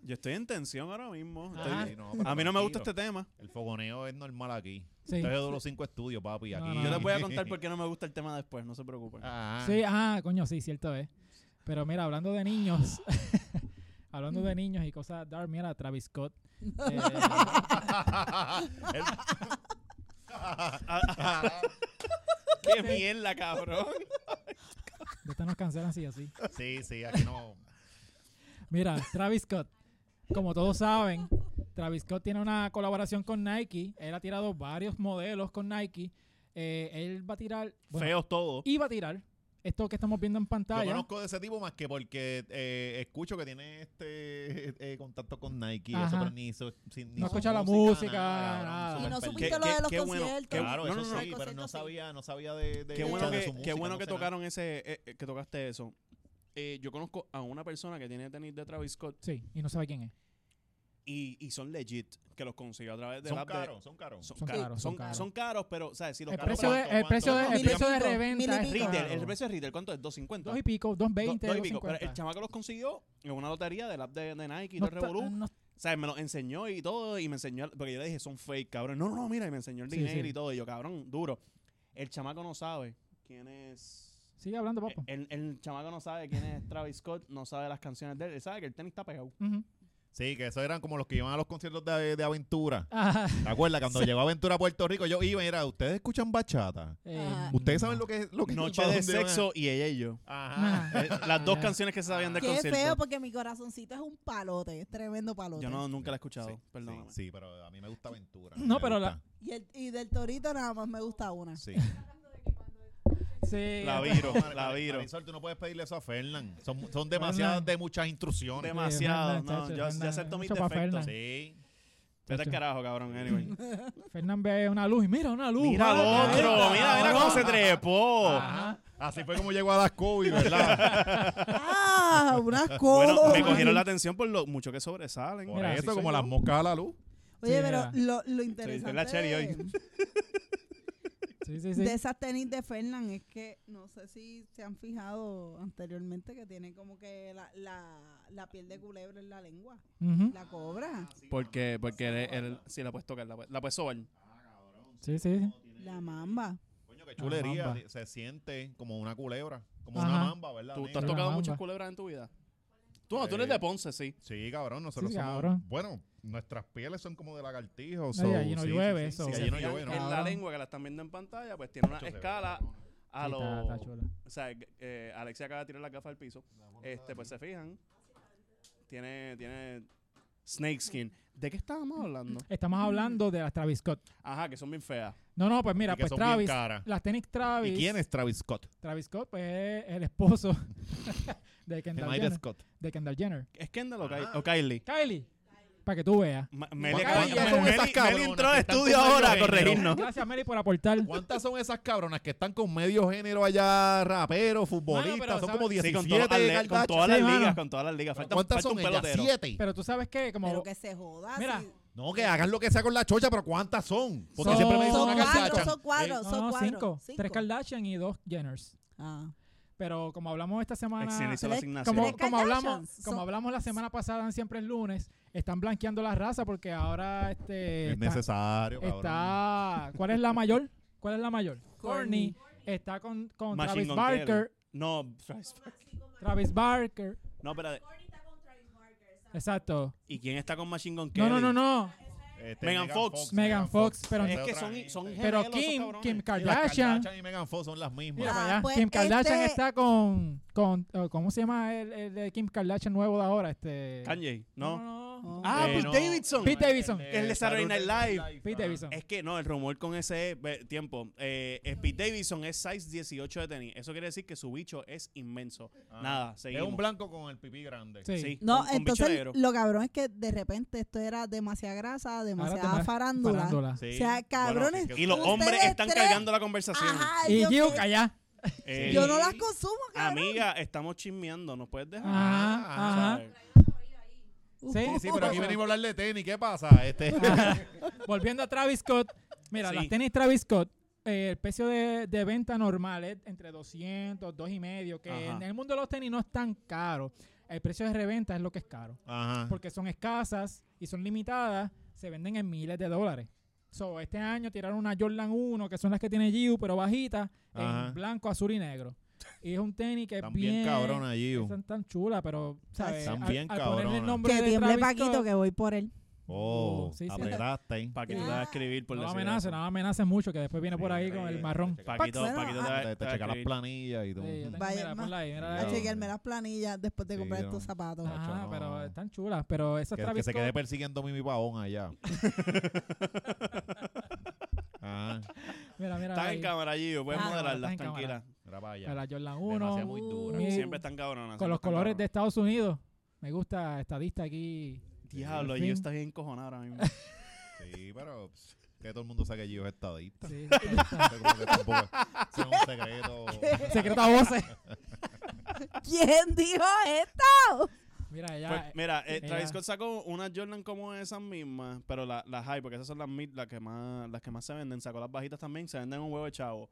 Yo estoy en tensión ahora mismo.
Ajá.
Estoy-
Sí, pero
a mí no me gusta
tranquilo.
este tema.
El fogoneo es normal aquí.
Sí.
Ustedes de los cinco estudios, papi.
No,
Aquí.
no,
Yo les voy a contar por qué no me gusta el tema después, no se preocupen.
Ah,
Sí, ah, coño, sí, cierto es. Pero mira, hablando de niños, hablando de niños y cosas dark, mira, Travis Scott. eh,
El-
¡Qué mierda, cabrón!
de estas nos cancelan así así.
sí, sí, aquí no.
Mira, Travis Scott. Como todos saben, Travis Scott tiene una colaboración con Nike. Él ha tirado varios modelos con Nike. Eh, él va a tirar. bueno,
Feos todos.
Iba a tirar. Esto que estamos viendo en
Yo
pantalla.
conozco de ese tipo más que porque eh, escucho que tiene este eh, contacto con Nike.
Ajá.
Eso, pero ni, su- sin- ni
No
su
escucha la música,
cabrón,
nada.
Y no
súper
supiste lo
perdido.
de
Qué-
los
qué bueno,
conciertos.
qué
Claro,
bueno.
eso
No, no,
sí,
no.
pero no sabía, no sabía de, de-
Qué
o
bueno
sea, de
que,
su
qué
música,
bueno
no
que
sé nada.
tocaron ese, eh, eh, que tocaste eso. Eh, yo conozco a una persona que tiene tenis de Travis Scott
Sí, y no sabe quién es.
y, y son legit, que los consiguió a través de
Son
la app de-
caros, son caros.
Son,
Son
caros,
caros,
son,
son caros.
son caros, pero, ¿sabes? Si los
El
caros-
precio, de,
¿cuánto,
el precio de,
cuánto?
el precio de
Mil y pico,
reventa es
mil y pico.
Retail,
caro.
el precio de retail, ¿cuánto es? 250.
Dos y pico, dos
Do-
veinte,
dos y
dos
pico, pero
cincuenta.
el chamaco los consiguió en una lotería del app de, de Nike y
No
todo el
está- mm.
revolú.
no
O sea, me los enseñó y todo, y me enseñó, porque yo le dije, son fake, cabrón. No, no, no, mira, y me enseñó el
Sí,
dinero
sí.
y todo. Y yo, cabrón, duro. El chamaco no sabe quién es.
Sigue hablando,
eh,
papo.
El, el chamaco no sabe quién es Travis Scott, no sabe las canciones de él. Él sabe que el tenis está pegado.
Ujú.
Sí, que esos eran como los que iban a los conciertos de, de Aventura.
Ajá.
¿Te acuerdas? Cuando llegó Aventura a Puerto Rico, yo iba y era, ¿ustedes escuchan bachata?
Eh,
Ah.
Ajá.
¿Ustedes saben lo que es? Lo que
Noche
para
de
dónde van?
sexo y ella y yo.
Ajá.
Eh, Las dos
Ya.
canciones que se sabían del
Qué
Este concierto.
pues.
feo porque mi corazoncito es un palote, es tremendo palote.
Yo no, nunca la he
Sí,
escuchado, perdóname.
Sí, sí, pero a mí me gusta Aventura.
No,
me
pero
gusta.
y, el- y del torito nada más me gusta una.
Sí.
sí,
La viro,
No, Mar-
la
Mar-
viro.
Marisol, tú no puedes pedirle eso a Fernan. Son, son demasiadas de muchas instrucciones.
Demasiado,
Fernan,
no,
chacho,
yo, yo
Fernan,
acepto mis
mucho pa'
defectos.
Fernan.
Sí.
Vete al
Chacho.
carajo, cabrón, anyway.
Fernán ve una luz y mira una luz.
Mira al
Ah,
otro, mira, mira cómo se trepó.
Ajá.
Así fue como llegó a las COVID, ¿verdad?
¡Ah! ¡Unas cosas!
Bueno, me cogieron la atención por lo mucho que sobresalen.
Por
Mira,
eso,
Así
como
soy
las
yo.
moscas a la luz.
Oye,
Sí,
pero
mira.
lo, lo interesante
la cherry hoy.
Sí, sí, sí.
de esas tenis de Fernan es que no sé si se han fijado anteriormente que tiene como que la, la, la piel de culebra en la lengua.
Ujú.
La
Ah,
cobra.
Porque, porque él, él- sí, la puedes tocar, la, puedes- la puedes sobar.
Sí, sí. sí.
La mamba.
Coño, qué
La
chulería.
Ah, mamba.
Se siente como una culebra. Como
Ajá.
una mamba, ¿verdad?
¿Tú, tú
nena?
has
la
tocado
mamba.
muchas culebras en tu vida? Tú, no, tú
Sí.
eres de Ponce, sí.
Sí, cabrón, nosotros
Sí,
somos-
cabrón.
Bueno, nuestras pieles son como de lagartijo.
y allí no llueve,
sí,
so-
sí,
Si
allí
se
no
fijan
llueve,
En
¿no?
la
Cabrón.
lengua que la están viendo en pantalla, pues tiene una
Mucho se ve,
escala
cabrón.
a
Sí,
lo...
está- está chula.
O sea, eh, Alexia acaba de tirar la gafa al piso. Este, pues se fijan. Tiene, tiene snake skin. ¿De qué estábamos hablando?
Mm.
Estamos hablando de las Travis Scott.
Ajá, que son bien feas.
No, no, pues
Y
mira,
que
pues
son bien
Travis.
caras.
Las tenis Travis.
¿Y quién es Travis Scott?
Travis Scott, pues es el esposo de Kendall
Mike
Jenner.
Scott.
De Kendall Jenner.
¿Es Kendall o, Ki-
Ajá.
Ah.
o Kylie?
Kylie, para que tú veas.
Ma-
¿Cuántas-
Meli,
cuántas son
Meli-
esas
Meli
cabronas
entró al
que están
estudio
con
ahora a
medio género?
corregirnos.
Gracias, Mary, por aportar.
¿Cuántas son esas cabronas que están con medio género allá, raperos, futbolistas?
pero,
son
¿sabes?
como
Sí,
17
con, todas las le- con
Kardashian.
todas las
Sí, mano.
ligas, con todas las ligas. Falta,
¿Cuántas
falta
son
un
ellas?
pelotero.
¿Siete?
Pero tú sabes que, como.
Pero que se joda.
Mira.
sí.
No, que hagan lo que sea con la chocha, pero ¿cuántas son? Porque siempre me dicen
Son
una
cuatro,
Kardashian.
son
Eh,
cuatro,
No,
son
no,
cuatro.
cinco. Tres
Cinco.
Kardashian y dos Jenners.
Ah.
Pero como hablamos esta
Excelente,
semana.
hizo la
Tres-
asignación.
Como,
Tres
como hablamos,
Kardashians.
como
Son-
hablamos la semana pasada en Siempre es lunes, están blanqueando la raza porque ahora este
es
está-
necesario, cabrón.
Está. ¿Cuál es la mayor? ¿Cuál es la mayor? Courtney.
Courtney.
Está con, con
Machine
Travis
Gun
Barker.
Kelly. No, Travis Barker.
Travis Barker.
No, espérate.
Exacto.
¿Y quién está con Machine Gun
No,
Kelly?
no, no, no.
Este,
Eh, Megan Fox.
Megan Fox, pero-
Es
Esa
que
otra
son,
gente.
son
Y
Pero
gemelos esos
Kim,
cabrones.
Kim
las
Kardashian.
Kardashian y Megan Fox son las mismas.
Mira
Ah,
para allá.
pues
Kim Kardashian
este-
está con, con oh, ¿cómo se llama el, el de Kim Kardashian nuevo de ahora? Este
Kanye,
No,
¿no?
no.
Ah,
Eh,
Pete
no.
Davidson.
Pete Davidson.
de
Que es el de Saturday Night Live.
Pete
Ah.
Davidson.
Es que no, el rumor con ese ve, tiempo. Eh, es Pete Davidson es size 18 de tenis. Eso quiere decir que su bicho es inmenso.
Ah.
Nada,
Es
seguimos.
un blanco con el pipí grande.
Sí.
Sí,
No,
con- con bicho
entonces
negro.
lo cabrón es que de repente esto era demasiada grasa, demasiada
demás-
farándula.
Farándula.
Sí.
O sea, cabrones.
Bueno,
Y los
Ustedes
hombres están
tres-
cargando la conversación.
Ajá,
Y
yo,
Giu
que-
allá.
Eh,
yo no las consumo, cabrón.
Amiga, estamos chismeando, ¿nos puedes dejar?
Ajá,
¿Sabes?
Sí,
Sí, sí, pero aquí
Ajá.
venimos a hablar de tenis. ¿Qué pasa? Este,
ajá. Volviendo a Travis Scott. Mira,
Sí.
las tenis Travis Scott, eh, el precio de, de venta normal es entre 200, 2 y medio, que
Ajá.
en el mundo de los tenis no es tan caro. El precio de reventa es lo que es caro.
Ajá.
porque son escasas y son limitadas, se venden en miles de dólares. So, este año tiraron una Jordan 1, que son las que tiene Giu, pero bajitas,
Ajá.
en blanco, azul y negro. Y es un tenis que es
Están
bien...
bien cabrón allí.
Están tan chulas, pero, ¿sabes?
Están
Al-
bien
al ponerle el
cabronas.
nombre
Que
de
tiemble
Travis
Paquito
Scott,
que voy por él.
Oh,
Sí, sí.
apretaste.
Para que tú te vas a escribir por
no lo
decir
amenaces,
eso.
no lo amenaces mucho, que después viene
Sí,
por ahí con
sí,
el marrón.
te checa-
Paquito,
Bueno,
Paquito te
ah.
va
te-
te
te
va a
checa las
escribir.
planillas y
Sí,
todo.
yo tengo-
Vaya,
mira,
ma-
ponla ahí, mira
Ah.
A
ahí.
Che-
chequearme las planillas después de
Sí,
comprar
no.
estos zapatos.
Ah.
Ajá,
Chacho, no.
pero están chulas, pero esas
Que, que
Travis
se
Scott...
quede persiguiendo a Mimi Pavón allá. Ajá.
Mira, mira,
Están
ahí.
en cámara allí, puedes
Ah,
moderarlas,
están en
tranquila.
Era para allá.
Para la Jordan
Demasiado
1,
muy
Uh,
dura.
cámara.
Siempre están cabronas.
con los colores de Estados Unidos. Me gusta estadista aquí.
Diablo,
En fin.
yo estoy bien cojonado ahora mismo.
Sí, pero pss, que todo el mundo sabe que Gio es estadista.
Sí,
Eso como que tampoco es eso es un secreto.
Secreta voces.
¿Quién dijo esto?
Mira, ya.
Pues, mira, eh,
ella-
Travis Scott sacó una Jordan como esas mismas, pero la- las high, porque esas son las mid, las que más, las que más se venden. Sacó las bajitas también, se venden un huevo de chavo.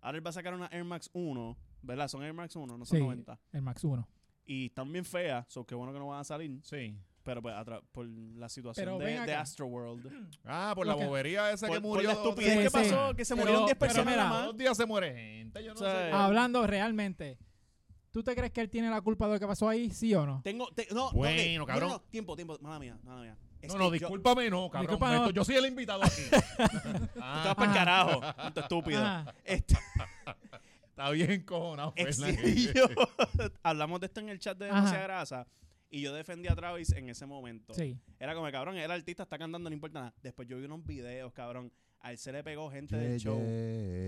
Ahora él va a sacar una Air Max 1, ¿verdad? Son Air Max 1, no son
Sí.
90.
el Max 1.
Y están bien feas, so qué bueno que no van a salir.
Sí.
Pero pues atra- por la situación
Pero ven
de, de
acá.
Astro World.
Ah, por
Lo
la
que-
bobería esa que
Por, por
murió.
la
dos-
estupidez
Sí,
que
sí.
pasó, que se
Pero-
murieron 10
pero
personas
mira,
nada más.
Dos días se muere gente. Yo no
O sea,
sé.
Hablando realmente, ¿tú te crees que él tiene la culpa de lo que pasó ahí? ¿Sí o no?
Tengo, te- no, no, ok,
Bueno,
no, no,
cabrón.
no, tiempo, tiempo, mala mía, mala mía. Es
no, no,
que yo-
discúlpame, no, cabrón.
Disculpa,
esto-
no.
Yo soy el invitado aquí.
Tú
Ah,
te vas para
Ajá.
el carajo, punto estúpido.
Ajá.
Este,
está bien pues, cojonado. Fernan.
Ex- y yo- hablamos de esto en el chat de
Ajá.
Demasiada Grasa y yo defendí a Travis en ese momento.
Sí.
Era como, cabrón, el artista está cantando, no importa nada. Después yo vi unos videos, cabrón. A él se le pegó gente del show.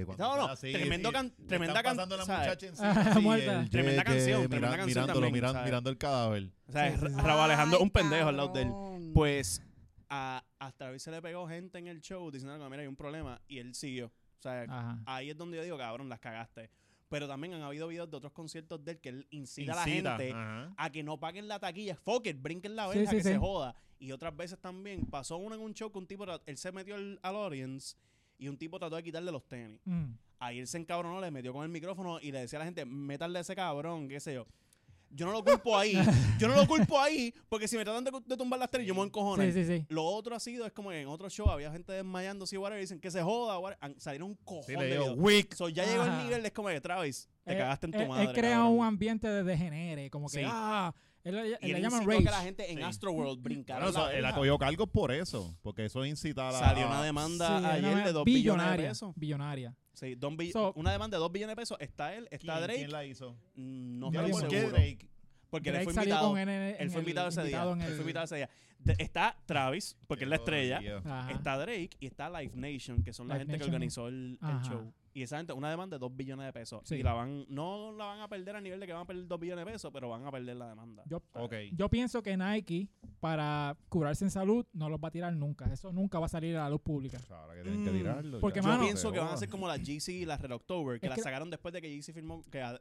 Cuando
No, no,
está así,
tremendo
Ah, sí,
can-
le
tremenda
están
can-
pasando la
¿sabes?
muchacha
Ah,
encima, sí,
muerta.
el
Tremenda
ye-
canción,
ye-
tremenda
mira-
canción
mirándolo,
también,
miran-
¿sabes?
mirando el cadáver.
O sea,
Sí, sí,
Ra-
sí.
Raúl Alejandro es
Ay,
un pendejo al lado de él.
cabrón.
Pues a, a Travis se le pegó gente en el show diciendo, como, mira, hay un problema. Y él siguió. O sea,
Ajá.
ahí es donde yo digo, cabrón, las cagaste. Pero también han habido videos de otros conciertos de él que él incita, a la gente
ajá.
a que no paguen la taquilla. Fuck it, brinquen la
Sí,
verja
sí,
que
sí.
se joda. Y otras veces también pasó uno en un show que un tipo, tra- él se metió al, al audience y un tipo trató de quitarle los tenis.
Mm.
Ahí él se encabronó, le metió con el micrófono y le decía a la gente, métanle a ese cabrón, qué sé yo. Yo no lo culpo ahí, yo no lo culpo ahí, porque si me tratan de, cu- de tumbar las tenis, yo me voy a encojonar.
Sí, sí, sí.
Lo otro ha sido, es como que en otro show había gente desmayándose y whatever, y dicen que se joda, whatever. Han- salieron un cojón
Sí,
de
le digo,
videos.
"Wick".
So, ya llegó el
Ajá.
nivel, es como que Travis, te
Él-
cagaste en tu
Eh, él-
madre.
Él crea
cabrón".
un ambiente de degenere, como que,
Sí.
ah, él, le-
Y
él le
él
llaman
incitó
rage.
que la gente en
Sí.
Astro World brincara.
Claro,
la
o sea, él
verja.
acogió cargos por eso, porque eso es incitar a...
Salió una
Sí,
demanda
era
ayer
una
de 2 billones de
billonaria,
pesos.
billonaria.
Sí, dos bill-
So-
una demanda de 2 billones de pesos. Está él,
¿Quién,
está Drake.
¿Quién la hizo?
Mm, No
Yo
estoy
no sé
¿Por
por
qué
seguro.
Drake?
Porque él
Drake
fue
salió
invitado.
con él en-
Él
en
fue
el-
invitado ese día.
invitado en
Él fue
el-
invitado ese día. De- Está Travis, porque es la estrella.
Ajá.
Está Drake y está Live Nation, que son la
Live
gente que
Nation.
organizó el, el
Ajá.
show. Y esa gente, una demanda de 2 billones de pesos.
Sí.
Y la van, no la van a perder a nivel de que van a perder 2 billones de pesos, pero van a perder la demanda.
Yo,
Ok.
yo pienso que Nike, para curarse en salud, no los va a tirar nunca. Eso nunca va a salir a la luz pública.
Ahora que tienen que
Mm,
tirarlo.
porque,
ya.
Yo
mano-
pienso que van a ser como las GC y las Red October, que
Es
las
que-
sacaron después de que GC firmó, que Ad-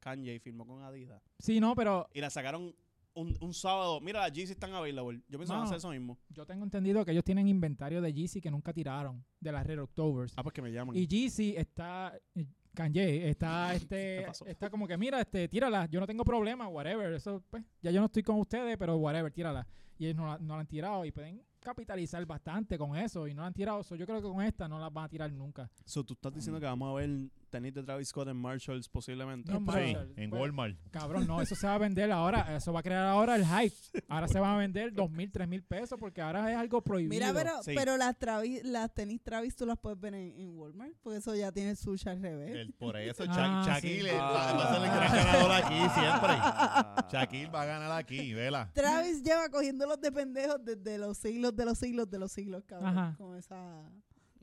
Kanye firmó con Adidas.
Sí, no, pero
Y las sacaron un, un sábado. Mira, las GC están available. Yo pienso que van a
Mano.
hacer eso mismo.
yo tengo entendido que ellos tienen inventario de Yeezy que nunca tiraron, de las Red Octobers.
Ah, pues que me llaman.
Y Yeezy está, eh, Kanye, está
¿Qué
este,
pasó?
está como que, mira, este, tírala, yo no tengo problema, whatever. Eso, pues, ya yo no estoy con ustedes, pero whatever, tírala. Y ellos no, la- no la han tirado y pueden capitalizar bastante con eso y no la han tirado. So, yo creo que con esta no la van a tirar nunca.
So, tú estás diciendo que vamos a ver tenis de Travis Scott en Marshalls posiblemente.
Mm. No,
Sí,
Marshall,
en
pues,
Walmart.
Cabrón, no, eso se va a vender ahora. Eso va a crear ahora el hype. Ahora se van a vender dos mil, tres mil pesos porque ahora es algo prohibido.
Mira, pero,
Sí.
pero las, Travis, las tenis Travis tú las puedes ver en, en Walmart, porque eso ya tiene el sushi al revés.
¿eh?
El- por eso, Sha-
Ah,
Shaquille
sí.
le- va va a ser el gran ganador aquí siempre. Shaquille va a ganar aquí, vela.
Travis lleva cogiéndolos de pendejos desde los siglos, de los siglos, de los siglos, cabrón.
Ajá.
Con esa...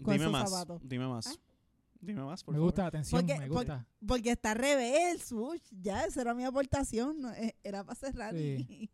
con
Dime
esos
más,
zapatos.
dime más.
¿Ah?
Dime más, por
me
favor.
gusta la atención,
Porque-
me gusta.
Porque está al revés el sushi. Ya, esa era mi aportación. no, eh, era para cerrar. y-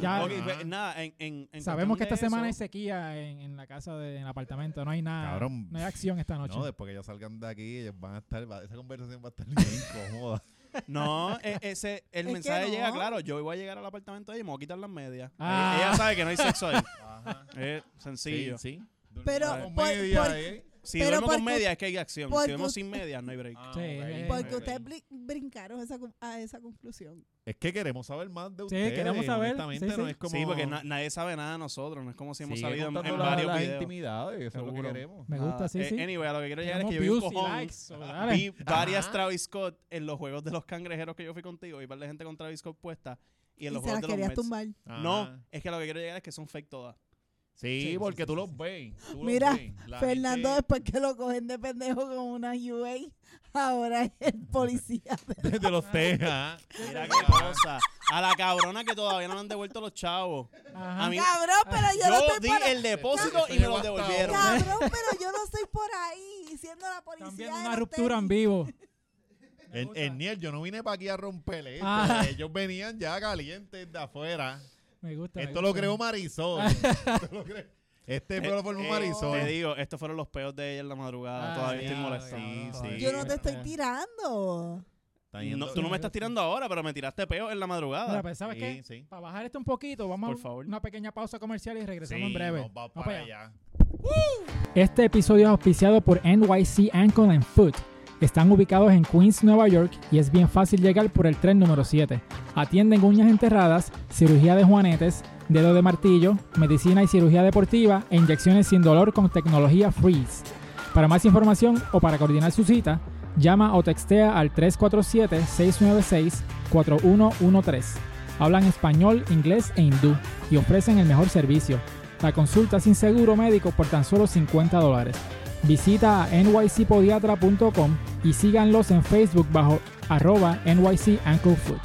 Ya-
Ok, pues, nada, en, en, en
Sabemos
cuestión
que esta
de
semana hay
eso,
sequía en, en la casa, de, en el apartamento. No hay nada.
Cabrón.
No hay acción esta noche.
No, después que ellos salgan de aquí, ellos van a estar, va- esa conversación va a estar bien incómoda.
No, e- ese, el
Es que
mensaje
no.
llega claro. Yo voy a llegar al apartamento de ella y me voy a quitar las medias. Eh,
Ah.
Ella sabe que no hay sexo ahí.
Ajá.
Es sencillo.
sí.
Pero
Durmiendo con
por-
media
por-
ahí.
Si
Pero
duermo con
porque-
medias es que hay acción. Si
porque
duermo
us-
sin medias no hay break.
Ah,
Sí,
ok,
Porque
eh.
ok.
ustedes bli- brincaron esa, con- a esa conclusión.
Es que queremos saber más de
Sí,
ustedes.
queremos saber,
honestamente,
sí,
no
sí.
es como...
Sí, porque na- nadie sabe nada de nosotros. No es como si hemos
Sigue
salido en,
contando
en
las-
varios
las
videos.
intimidades, eso es lo
Seguro.
que queremos.
me gusta,
Nada.
sí,
Eh,
sí.
Anyway, a lo que quiero llegar es
Tenemos
que yo vi un
views y
cojón. Ah,
likes, so
Pues
dale.
Vi varias
Ajá.
Travis Scott en los juegos de los cangrejeros que yo fui contigo. Y par de gente con Travis Scott puesta. Y
Y
en los
se las
juegos de los
querías
Mets.
tumbar.
Ajá.
No, es que a lo que quiero llegar es que son fake todas.
Sí,
Sí, sí,
porque
sí,
tú
sí,
los
sí.
ves. tú los
Mira,
ves. La
Fernando,
gente-
después que lo cogen de pendejo con una UA, ahora es el policía.
de los Ah. Texas.
Mira qué cosa. A la cabrona que todavía no le han devuelto los chavos.
Ajá.
a mí-
Cabrón, pero yo, no
Yo
estoy
di
por ahí.
el depósito
Esto
y me
llegó
los
hasta
devolvieron.
ahora.
Cabrón, pero yo no estoy por ahí siendo la policía.
Están
de
viendo una
los
ruptura en
tenis.
vivo. Me
En,
gusta.
en Niel, yo no vine para aquí a romperle
Ah.
esto. Ellos venían ya calientes de afuera.
Me gusta. me
Esto lo
gusta.
creó Marisol. Esto lo cre- este
Eh,
lo formó
eh,
Marisol.
Te digo, estos fueron los peos de ella en la madrugada.
Ah,
todavía estoy
diablo,
molesto.
cabrón,
Sí,
todavía.
sí.
Yo no
Está
te
Eh.
estoy
bien.
tirando.
Está yendo-
No, tú no me estás tirando ahora, pero me tiraste peos en la
Mira,
madrugada.
pues, ¿sabes
Sí,
qué?
sí.
Para bajar esto un poquito, vamos
Por
a
favor.
una pequeña pausa comercial y regresamos en
Sí,
breve.
nos vamos
Vamos
para
para
allá.
Este episodio es auspiciado por NYC Ankle and Foot. Están ubicados en Queens, Nueva York y es bien fácil llegar por el tren número 7. Atienden uñas enterradas, cirugía de juanetes, dedo de martillo, medicina y cirugía deportiva e inyecciones sin dolor con tecnología Freeze. Para más información o para coordinar su cita, llama o textea al 347-696-4113. Hablan español, inglés e hindú y ofrecen el mejor servicio. La consulta sin seguro médico por tan solo 50 dólares. Visita a nycpodiatra.com y síganlos en Facebook bajo arroba NYC Ankle Foot.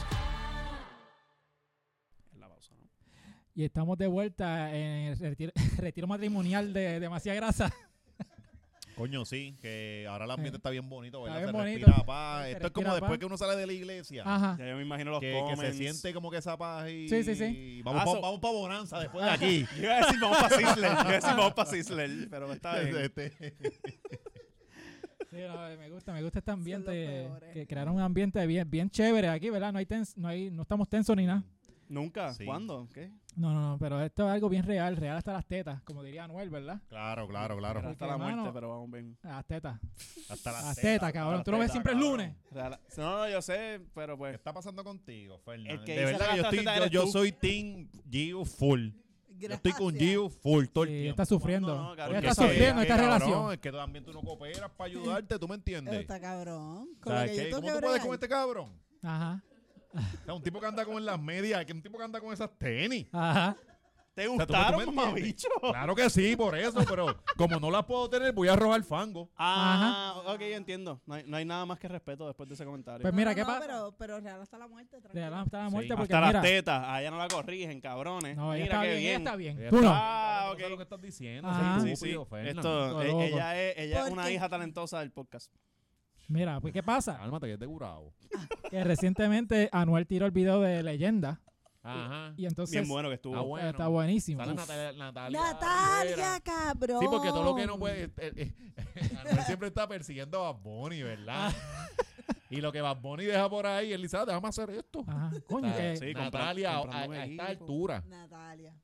En la pausa, ¿no?
Y estamos de vuelta en el retiro, retiro matrimonial de Demasiada Grasa.
Coño, sí, que ahora el ambiente
Eh.
está bien bonito, ¿verdad?
bien
se
bonito.
respira paz.
Se
Esto es
respira
como después
paz.
que uno sale de la iglesia.
Ajá.
Ya yo me imagino los
Que, que se
comments.
siente como que esa paz y...
Sí, sí, sí.
y Vamos,
Ah,
pa-
so- Ah.
vamos para Bonanza después de aquí.
Yo iba a decir vamos para Sizzler. Yo iba a decir vamos para Sizzler, pero está bien.
Este-
Sí, no, me gusta, me gusta este
Son
ambiente.
los peores.
Que crearon un ambiente bien, bien chévere aquí, ¿verdad? No hay tens- no hay, no estamos tensos ni
Mm.
nada.
¿Nunca?
Sí.
¿Cuándo? ¿Qué?
No, no, no, pero esto es algo bien real, real hasta las tetas, como diría Anuel, ¿verdad?
Claro, claro,
Real
claro.
hasta
Porque,
la muerte,
mano,
pero vamos bien.
Las tetas.
Hasta las
Las
tetas,
tetas, cabrón.
las
Tú lo ves
tetas,
siempre el
cabrón.
lunes.
Real- No, no, yo sé, pero
¿Qué
pues.
está pasando contigo, Fernando?
El que
De
dice
verdad que yo,
las
estoy,
tetas
yo,
eres
yo
tú.
soy Team Giu full. Yo
Gracias.
estoy con Giu full todo el
Sí,
tiempo.
está sufriendo.
No, no,
Ella
cabrón.
está
Porque
Porque
sufriendo
es que,
esta
cabrón,
relación.
Es que también tú no cooperas para ayudarte, ¿tú me
Pero
entiendes?
está cabrón.
O
Con
sea,
lo que
que-
yo tengo
¿Cómo
que
tú puedes
bregar.
con este cabrón?
Ajá.
O sea, un tipo que anda con las medias, que un tipo que anda con esas tenis.
Ajá.
¿Te
Este, sea, tú me- tú me
gustaron,
entiendes.
mamabicho?
Claro que sí, por eso, pero como no las puedo tener, voy a arrojar fango.
Ah, ok, yo entiendo. No hay, no hay nada más que respeto después de ese comentario.
Pues
No,
mira,
no,
¿qué
no,
pasa?
Pero, pero real hasta la muerte. tranquilo.
Real hasta la
Sí.
muerte porque
Hasta las
mira,
tetas. A ella no la corrigen, cabrones.
No, ella
Mira
está
qué
bien, ella
bien.
está bien.
Ella
Tú no.
Ah,
Tú sabes
ok.
lo que estás diciendo,
Ajá.
ese
Sí, sí.
estúpido, Fernan.
Esto,
Todo
e- ella es, ella es
Porque-
una hija talentosa del podcast.
Mira, pues ¿qué pasa?
Cálmate que es de Gurao.
Que recientemente Anuel tiró el video de Leyenda
Ajá.
y entonces
Bien bueno que estuvo.
Ah,
eh,
bueno.
está buenísimo.
Sale
Uf.
Natalia. Natalia.
Natalia,
Rivera.
cabrón.
Sí, porque todo lo que no puede. eh, eh, Anuel siempre está persiguiendo a Bad Bunny, ¿verdad?
Ah.
y lo que Bad Bunny deja por ahí, él dice, ah, déjame hacer esto.
Ajá,
O
coño,
sea,
que-
Sí, compra-
Natalia, a,
comprándome
a- a esta
equipo.
altura.
Natalia.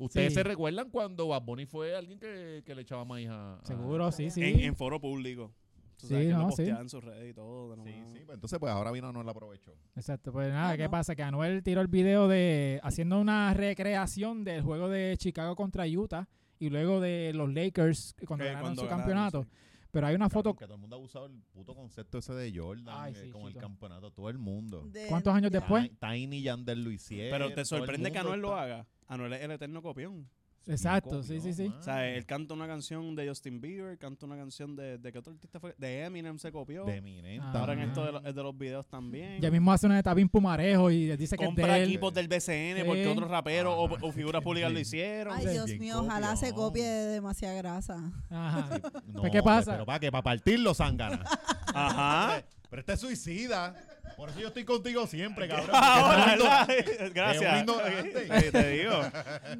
¿Ustedes
Sí.
se recuerdan cuando Bad Bunny fue alguien que, que le echaba maíz a. a-
seguro, sí, sí.
En, en foro público. Tú sabes
Sí,
que
no,
lo
sí.
posteaba en sus redes y todo. de
Sí,
nomás.
sí. pues Entonces, pues ahora vino, no la aprovechó.
Exacto, pues nada,
Ah,
¿qué
no.
pasa? Que Anuel tiró el video de haciendo una recreación del juego de Chicago contra Utah y luego de los Lakers cuando
Que
ganaron
cuando
su
ganaron,
campeonato.
sí.
Pero hay una foto.
Que todo el mundo ha usado el puto concepto ese de Jordan
Ay,
eh,
sí,
con el
chico.
campeonato, todo el mundo.
De-
¿Cuántos años
ya.
después?
Ti- Tiny Yander lo hicieron.
Pero
todo
te
el
sorprende que
mundo
Anuel lo
está-
haga. Anuel es el eterno copión.
Sí,
Exacto,
copión,
sí, sí, sí.
mano.
O sea, él canta una canción de Justin Bieber, canta una canción de. ¿De qué otro artista fue? De Eminem se copió.
De Eminem.
Ah.
Ahora en
también.
esto de, lo- de los videos también.
Ya mismo hace una de Tabín Pumarejo y dice que es
Compra
de él.
equipos del BCN porque
Sí.
otros raperos o,
Ajá.
o figuras públicas lo
Sí.
hicieron.
Ay,
Sí.
Dios
Bien
mío, ojalá se
copión.
copie de demasiada grasa.
Ajá.
No, pues,
¿Pero qué pasa?
Pero para que para partirlo, Sangana.
Ajá.
Pero este es suicida. Por eso yo estoy contigo siempre, cabrón.
Ahora,
Porque este
¿verdad?
Es un
Gracias.
ignorante.
Oye, Te digo.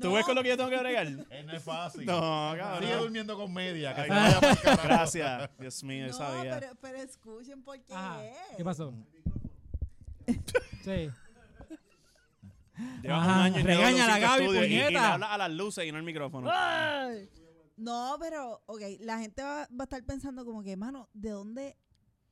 ¿Tú ves con lo que yo tengo que bregar?
Él no es fácil.
No,
Sigue
cabrón.
durmiendo con media. que
Ay,
se vaya pa'l carajo.
Gracias. Dios mío, yo
No,
sabía.
pero, pero escuchen por qué
Ajá.
es.
Ah, ¿Qué pasó? sí.
Llevas un
Ajá,
año y llevas
regáñala,
los cinco
Gaby,
estudios este y- y le
puñeta. Ah.
hablas a las luces y no al micrófono.
No, pero, ok, la gente va, va a estar pensando como que, mano, ¿de dónde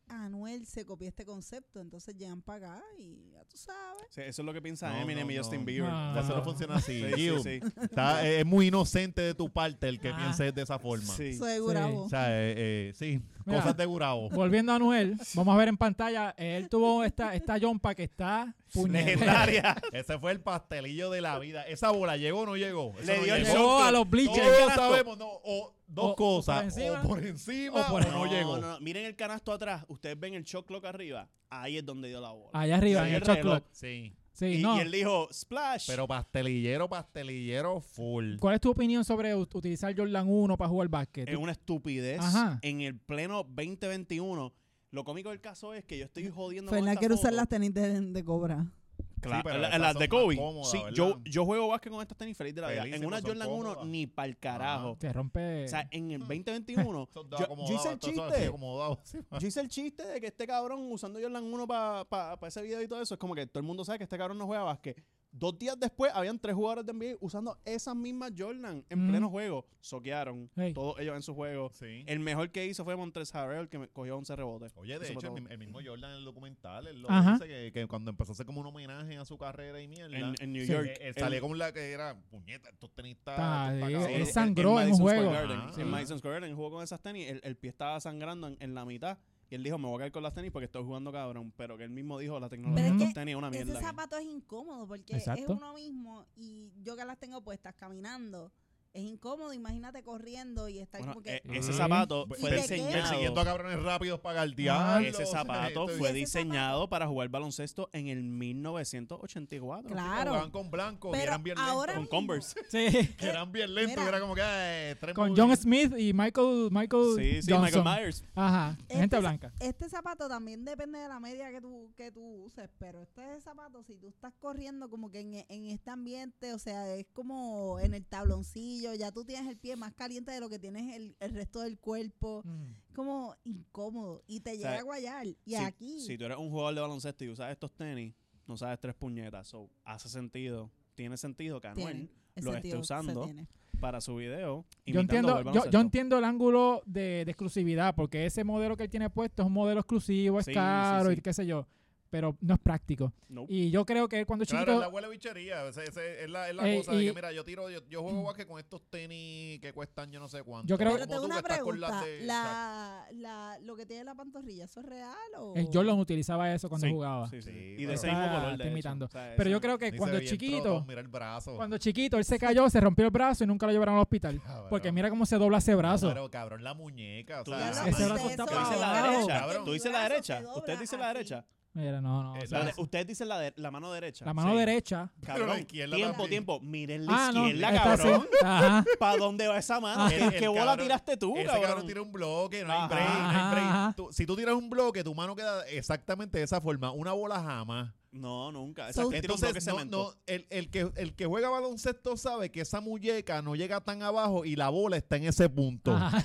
Anuel se copió este concepto? Entonces llegan para acá y ya tú sabes.
Sí, eso es lo que piensa
No,
Eminem
no,
y
no.
Justin Bieber.
No.
Eso no funciona así.
Sí,
Gil.
sí, sí.
Está- es muy inocente de tu parte el que
Ah.
pienses de esa forma.
Sí.
Soy
O
Gurabo.
sea, eh, eh, sí,
Mira.
cosas de Gurabo.
Volviendo a Anuel, vamos a ver en pantalla. Él tuvo esta, esta jumpa que está puñetera.
Legendaria.
Ese fue el pastelillo de la vida. Esa bola llegó o no llegó. Eso
Le
no
dio el
llegó.
Llegó a los
Todos
bleachers.
sabemos, no, o dos
O-
cosas,
o por encima,
o por encima o,
o por-
no, llegó.
no, no. Miren el canasto atrás. Ustedes ven el shot clock arriba. Ahí es donde dio la bola.
Allá arriba,
Sí,
en el
el
shot
reloj.
clock.
Sí,
Sí,
y,
no.
y él dijo, splash.
pero pastelillero, pastelillero full.
¿Cuál es tu opinión sobre ut- utilizar Jordan 1 para jugar básquet?
es
Tú-
una estupidez.
Ajá.
En el pleno 2021. Lo cómico del caso es que yo estoy jodiendo con
Fernanda
esta
quiere
foto.
usar las tenis de, de cobra.
Sí,
Claro,
pero
la-
estas
las
son
de
más
Kobe.
cómodas,
sí,
¿verdad?
yo, yo juego básquet con estas tenis feliz de la vida. En
Felísimo,
una
son
Jordan 1
cómodas.
ni para el carajo.
Te rompe.
O sea, en el 2021
Eso da
yo,
como
yo hice
dado,
el
todo eso así
chiste.
como dado, sí.
Yo hice el chiste de que este cabrón usando Jordan 1 para ese video y todo eso, es como que todo el mundo sabe que este cabrón no juega básquet. Dos días después habían tres jugadores de NBA usando esas mismas Jordan en
Mm.
pleno juego. Soquearon
Hey.
todos ellos en su juego.
Sí.
El mejor que hizo fue Montrezl Harrell, que me cogió 11 rebotes.
Oye, de
Eso fue
hecho, el,
todo.
mi- el mismo Jordan en el documental, él lo
Ajá.
dice que, que cuando empezó a hacer como un homenaje a su carrera y mierda,
en, en New
Sí.
York.
él, él
el-
Eh, salió con la que era, puñeta, estos Eh, tenistas,
Ah,
esto está
sí,
cabrón".
él
en-
sangró en un
Madison Square
juego.
Garden.
Ah.
En Madison Square Garden jugó con esas tenis. El, el pie estaba sangrando en, en la mitad. Y él dijo, me voy a caer con las tenis porque estoy jugando cabrón. Pero que él mismo dijo, la tecnología
Pero
de
es
estos
que
tenis es una mierda.
Ese zapato es incómodo porque es
Exacto.
uno mismo y yo que las tengo puestas caminando. Es incómodo, imagínate corriendo y estar
Bueno,
como que...
eh, ese
Ah.
zapato
Pues,
fue
¿Y de
persiguiendo-
diseñado.
Persiguiendo a cabrones rápidos para
Ah,
galdear.
Ese zapato
Y
fue
ese
diseñado para jugar baloncesto en el 1984.
Jugaban
claro.
con blanco y
Pero
eran bien
ahora-
Con
lentos.
Converse.
Sí.
Que eran bien lentos,
Mira.
que era como que. eh, tres
Con
muy-
John Smith y Michael, Michael
Sí, sí,
Johnson.
Michael Myers.
Ajá,
Este
gente
es-
blanca.
Este zapato también depende de la media que tú, que tú uses, pero este zapato, si tú estás corriendo como que en, en este ambiente, o sea, es como en el tabloncillo, ya tú tienes el pie más caliente de lo que tienes el, el resto del cuerpo,
Mm.
como incómodo, y te
sea,
llega a guayar, y
si,
aquí...
si tú eres un jugador de baloncesto y usas estos tenis, no sabes tres puñetas. So, hace sentido. Tiene sentido que
tiene
Anuel
el
lo esté
sentido, se
usando.
tiene.
para su video.
Yo
imitando a
entiendo, yo,
jugar
yo
baloncesto.
entiendo el ángulo de, de exclusividad, porque ese modelo que él tiene puesto es un modelo exclusivo, es
Sí, sí,
caro
sí.
y qué sé yo, pero no es práctico.
Nope.
Y yo creo que él cuando
Claro,
chiquito...
es la huele bichería. ese- ese- es la, es la
Ey,
cosa de
Eh, y-
que, mira, yo tiro, yo, yo juego básquet con estos tenis que cuestan yo no sé cuánto.
Yo creo-
Pero
Como
tengo
tú que
una
estás con
pregunta,
las de-
la, la, lo que tiene la pantorrilla, ¿eso es real o...?
El eh, Jordan utilizaba eso cuando
Sí,
jugaba.
sí, sí.
Sí,
y de
pero-
ese mismo
Ah,
color.
te
De hecho.
imitando.
O sea,
Pero yo
eso-
creo que
Dice,
Eh, cuando
"Bien
chiquito,
trotón, mira el brazo.
cuando chiquito, él se cayó, se rompió el brazo y nunca lo llevaron al hospital.
Ah,
Cabrón.
Porque mira cómo se dobla ese brazo.
Pero cabrón, la muñeca. O
Tú
sea,
Ya
la
Ese
lo
mano-
hice,
brazo está
eso
Tú dices
es
la
abajo.
real,
derecha.
cabrón.
Tú dices
Tu
la
brazo
derecha.
se dobla
Ustedes dicen la
así.
derecha.
Mira, no, no.
Eh,
o sea,
La
La,
de- Ustedes dicen la, de- la mano derecha.
mano
Sí.
derecha.
Pero
Cabrón.
la izquierda
tiempo,
también.
tiempo. Miren la
Ah, no.
izquierda,
está así.
cabrón.
Ajá.
¿Para dónde va esa mano?
Ah.
¿Qué,
El- el
qué bola
cabrón-
tiraste tú,
Ese
cabrón?
cabrón tira un bloque, no hay
Ajá.
break, no hay break.
Ajá.
Tú- si tú tiras un bloque, tu mano queda exactamente de esa forma. Una bola jamás.
No, nunca.
So-
Esa que tira Ah, un bloque de
Entonces, no,
cemento.
no, el, el que, el que juega baloncesto sabe que esa muñeca no llega tan abajo y la bola está en ese punto.
Ajá.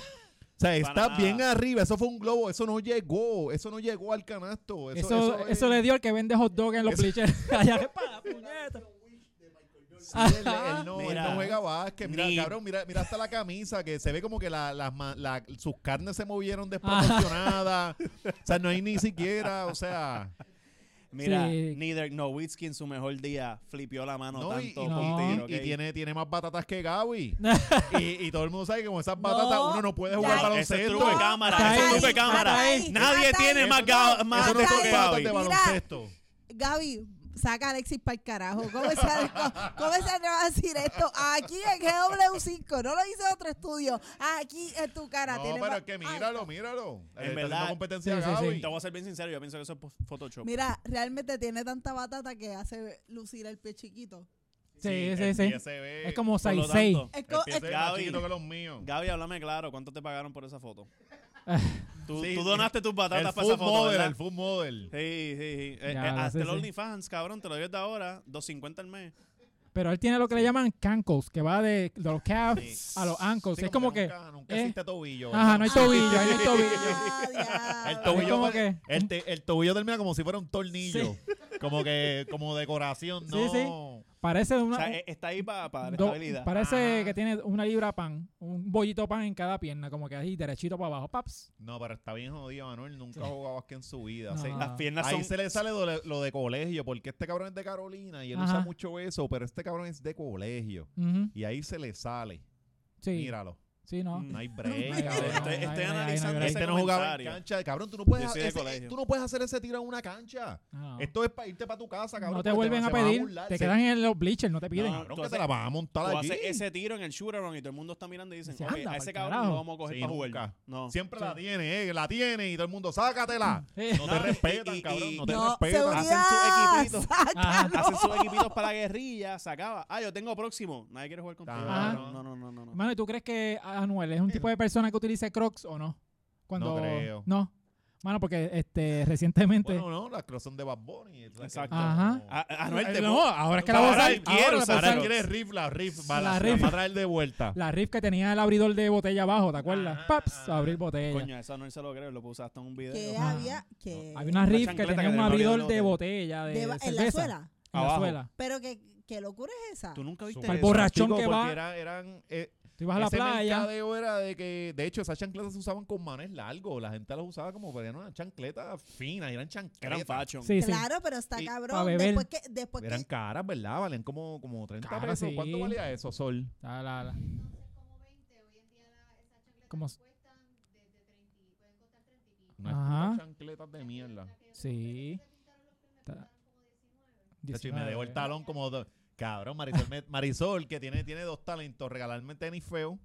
O sea, está
nada.
bien arriba. Eso fue un globo. Eso no llegó. Eso no llegó al canasto.
Pues
Eso,
Eso, eso,
eso es-
le dio el que vende hot dog en los
Eso-
bleachers. Allá que para, puñeta.
Sí, él, él no, él
Mira.
no juega básquet. Mira,
Ni-
cabrón, mira, mira hasta la camisa que se ve como que la- las ma- la- sus
Ah.
carnes se movieron desproporcionadas. o sea, no hay ni siquiera, o sea...
Mira,
Sí.
neither Nowitzki en su mejor día flipió la mano
No, y-
tanto
y-
con
no.
tiro,
Y
¿ok?
tiene, tiene más batatas que Gaby. y, y todo el mundo sabe que con esas batatas
No,
uno no puede
ya
jugar
hay-
Eso es
baloncesto.
truco de
No,
cámara,
Cae.
eso es truco
Hasta
de
ahí,
cámara.
hasta ahí,
Nadie
hasta
tiene
ahí.
más, ga- más
Eso no
truco
son
que
Cae.
patas
Gaby.
de
Mira.
baloncesto.
Gaby, saca a Alexis para el carajo. ¿Cómo se, cómo se atreve a decir esto? Aquí en GW5, no lo hice otro estudio. Aquí en tu cara.
No,
tiene
pero
ma-
es que
Ay,
míralo, míralo.
En
Es
verdad.
competencia
Sí,
a
sí,
Gaby.
sí.
Te voy a ser bien sincero, yo pienso que eso es po- Photoshop.
Mira, realmente tiene tanta batata que hace lucir el pie chiquito.
Sí, sí,
el
sí.
pie se ve.
Es como
Por lo
6'6".
tanto,
Es
El
co-
pie se
es-
ve más
Gaby.
chiquito que los míos.
Gaby, háblame claro, ¿cuánto te pagaron por esa foto? tú,
Sí,
tú
sí.
donaste tus
El
batatas para
food
esa foto,
model,
¿verdad?
el food model.
Sí, sí, sí. Eh, eh,
Ya, lo
hazte
sé,
el
sí.
OnlyFans, cabrón, te lo doy de ahora, 250 al mes.
Pero él tiene lo que le llaman cankles, que va de, de los calves
Sí.
a los ankles.
Sí,
es como que.
Nunca, nunca
eh.
existe tobillo.
Ajá, no hay tobillo, ahí no hay tobillo.
Ah,
El
diablo.
Es
tobillo,
como
pa-
que- eh.
el, te- el tobillo termina como si fuera un tornillo. Como que, como decoración,
Sí,
no.
Parece una.
O sea, eh, está ahí para dar
do-
estabilidad.
parece
Ah.
que tiene una libra pan, un bollito pan en cada pierna, como que ahí derechito para abajo. Paps.
No, pero está bien jodido, Manuel. Nunca ha jugado básquet en su vida.
No.
Sí.
Las piernas
Ahí
son...
se le sale lo, de- lo de colegio, porque este cabrón es de Carolina y él
Ajá.
usa mucho eso, pero este cabrón es de colegio.
Ujú,
Y ahí se le sale.
Sí.
Míralo.
Sí, no.
Mm.
No hay
No
break,
hay break,
cabrón.
Estoy,
no,
estoy
no, no,
analizando
no,
ese
Este no jugaba en
comentario.
cancha. Cabrón, tú no puedes,
Yo soy de
ese- eh,
colegio.
tú no puedes hacer ese tiro en una cancha.
Ah, no.
Esto es para irte para tu casa, cabrón.
no te
porque
vuelven
va-
a
se van
pedir.
burlar.
te
Se-
quedan en el- los bleachers, no te piden.
No,
Cabrón,
tú
que
haces-
te la vas a montar
Tú
allí.
haces ese tiro en el shootaround y todo el mundo está mirando y dicen,
Se
ok,
anda
a
pa'l
ese cabrón
carajo.
lo vamos a coger
Sí,
para jugar.
nunca.
No.
Siempre
Sí.
la tiene, eh, la tiene y todo el mundo, sácatela.
Sí.
No te
No,
respetan,
y- y-
cabrón.
y-
no te
No,
respetan.
seguridad.
Hacen sus equipitos.
Ajá.
Hacen sus equipitos para la guerrilla, se acaba. Ah, yo tengo próximo. Nadie quiere jugar contigo.
Ah.
Ajá.
cabrón. No, no, no, no. no.
Mano, ¿y tú crees que Anuel es un tipo de persona que utilice Crocs o no? Cuando,
No creo.
No. Mano, porque este recientemente.
Bueno, no, las cross son de Bad Bunny. tú sabes que
Exacto.
no-
Ajá.
Ah,
A- a- Anuel, te
no,
puedo-
ahora es que la voy a
Ahora
usar.
él quiere
ahora la voy a
usar
usar.
Ahora quieres riff, la riff,
La
va, la,
riff.
riff. va a traer de vuelta.
La riff que tenía el abridor de botella abajo, ¿te acuerdas?
Ajá,
Paps,
ajá.
abrir botella.
Ah, Coño, eso Anuel se lo creo, lo puse hasta en un video.
Que
Ajá.
había que
Había una riff que
chancleta
tenía
que
un
tenía
abridor
abridor
de
de-
botella, de,
de ba- en
cerveza.
la suela.
En la
Abajo.
suela.
Pero que, que locura es esa.
Tú nunca viste
Pa'l
eso.
borrachón
Digo,
que
porque
va.
era- eran, eh,
Tú ibas a la
ese
playa.
mercadeo era de que, de hecho, esas chancletas se usaban con manes largos. La gente las usaba como, pero eran unas chancletas finas, eran chancletas.
Eran fashion.
Sí, sí.
Claro, pero está
Y-
pa'
cabrón.
beber.
Después que, después
Eran
que
caras, ¿verdad? Valían como, como 30
Caras,
pesos.
sí.
¿Cuánto valía eso, Sol?
La- la- la- Como-
Unas
Ajá.
putas chancletas de mierda.
Sí. Ta-
Chacho, y me dejó el talón como... do- Cabrón, Marisol, me- Marisol, que tiene, tiene dos talentos, regalarme tenis feo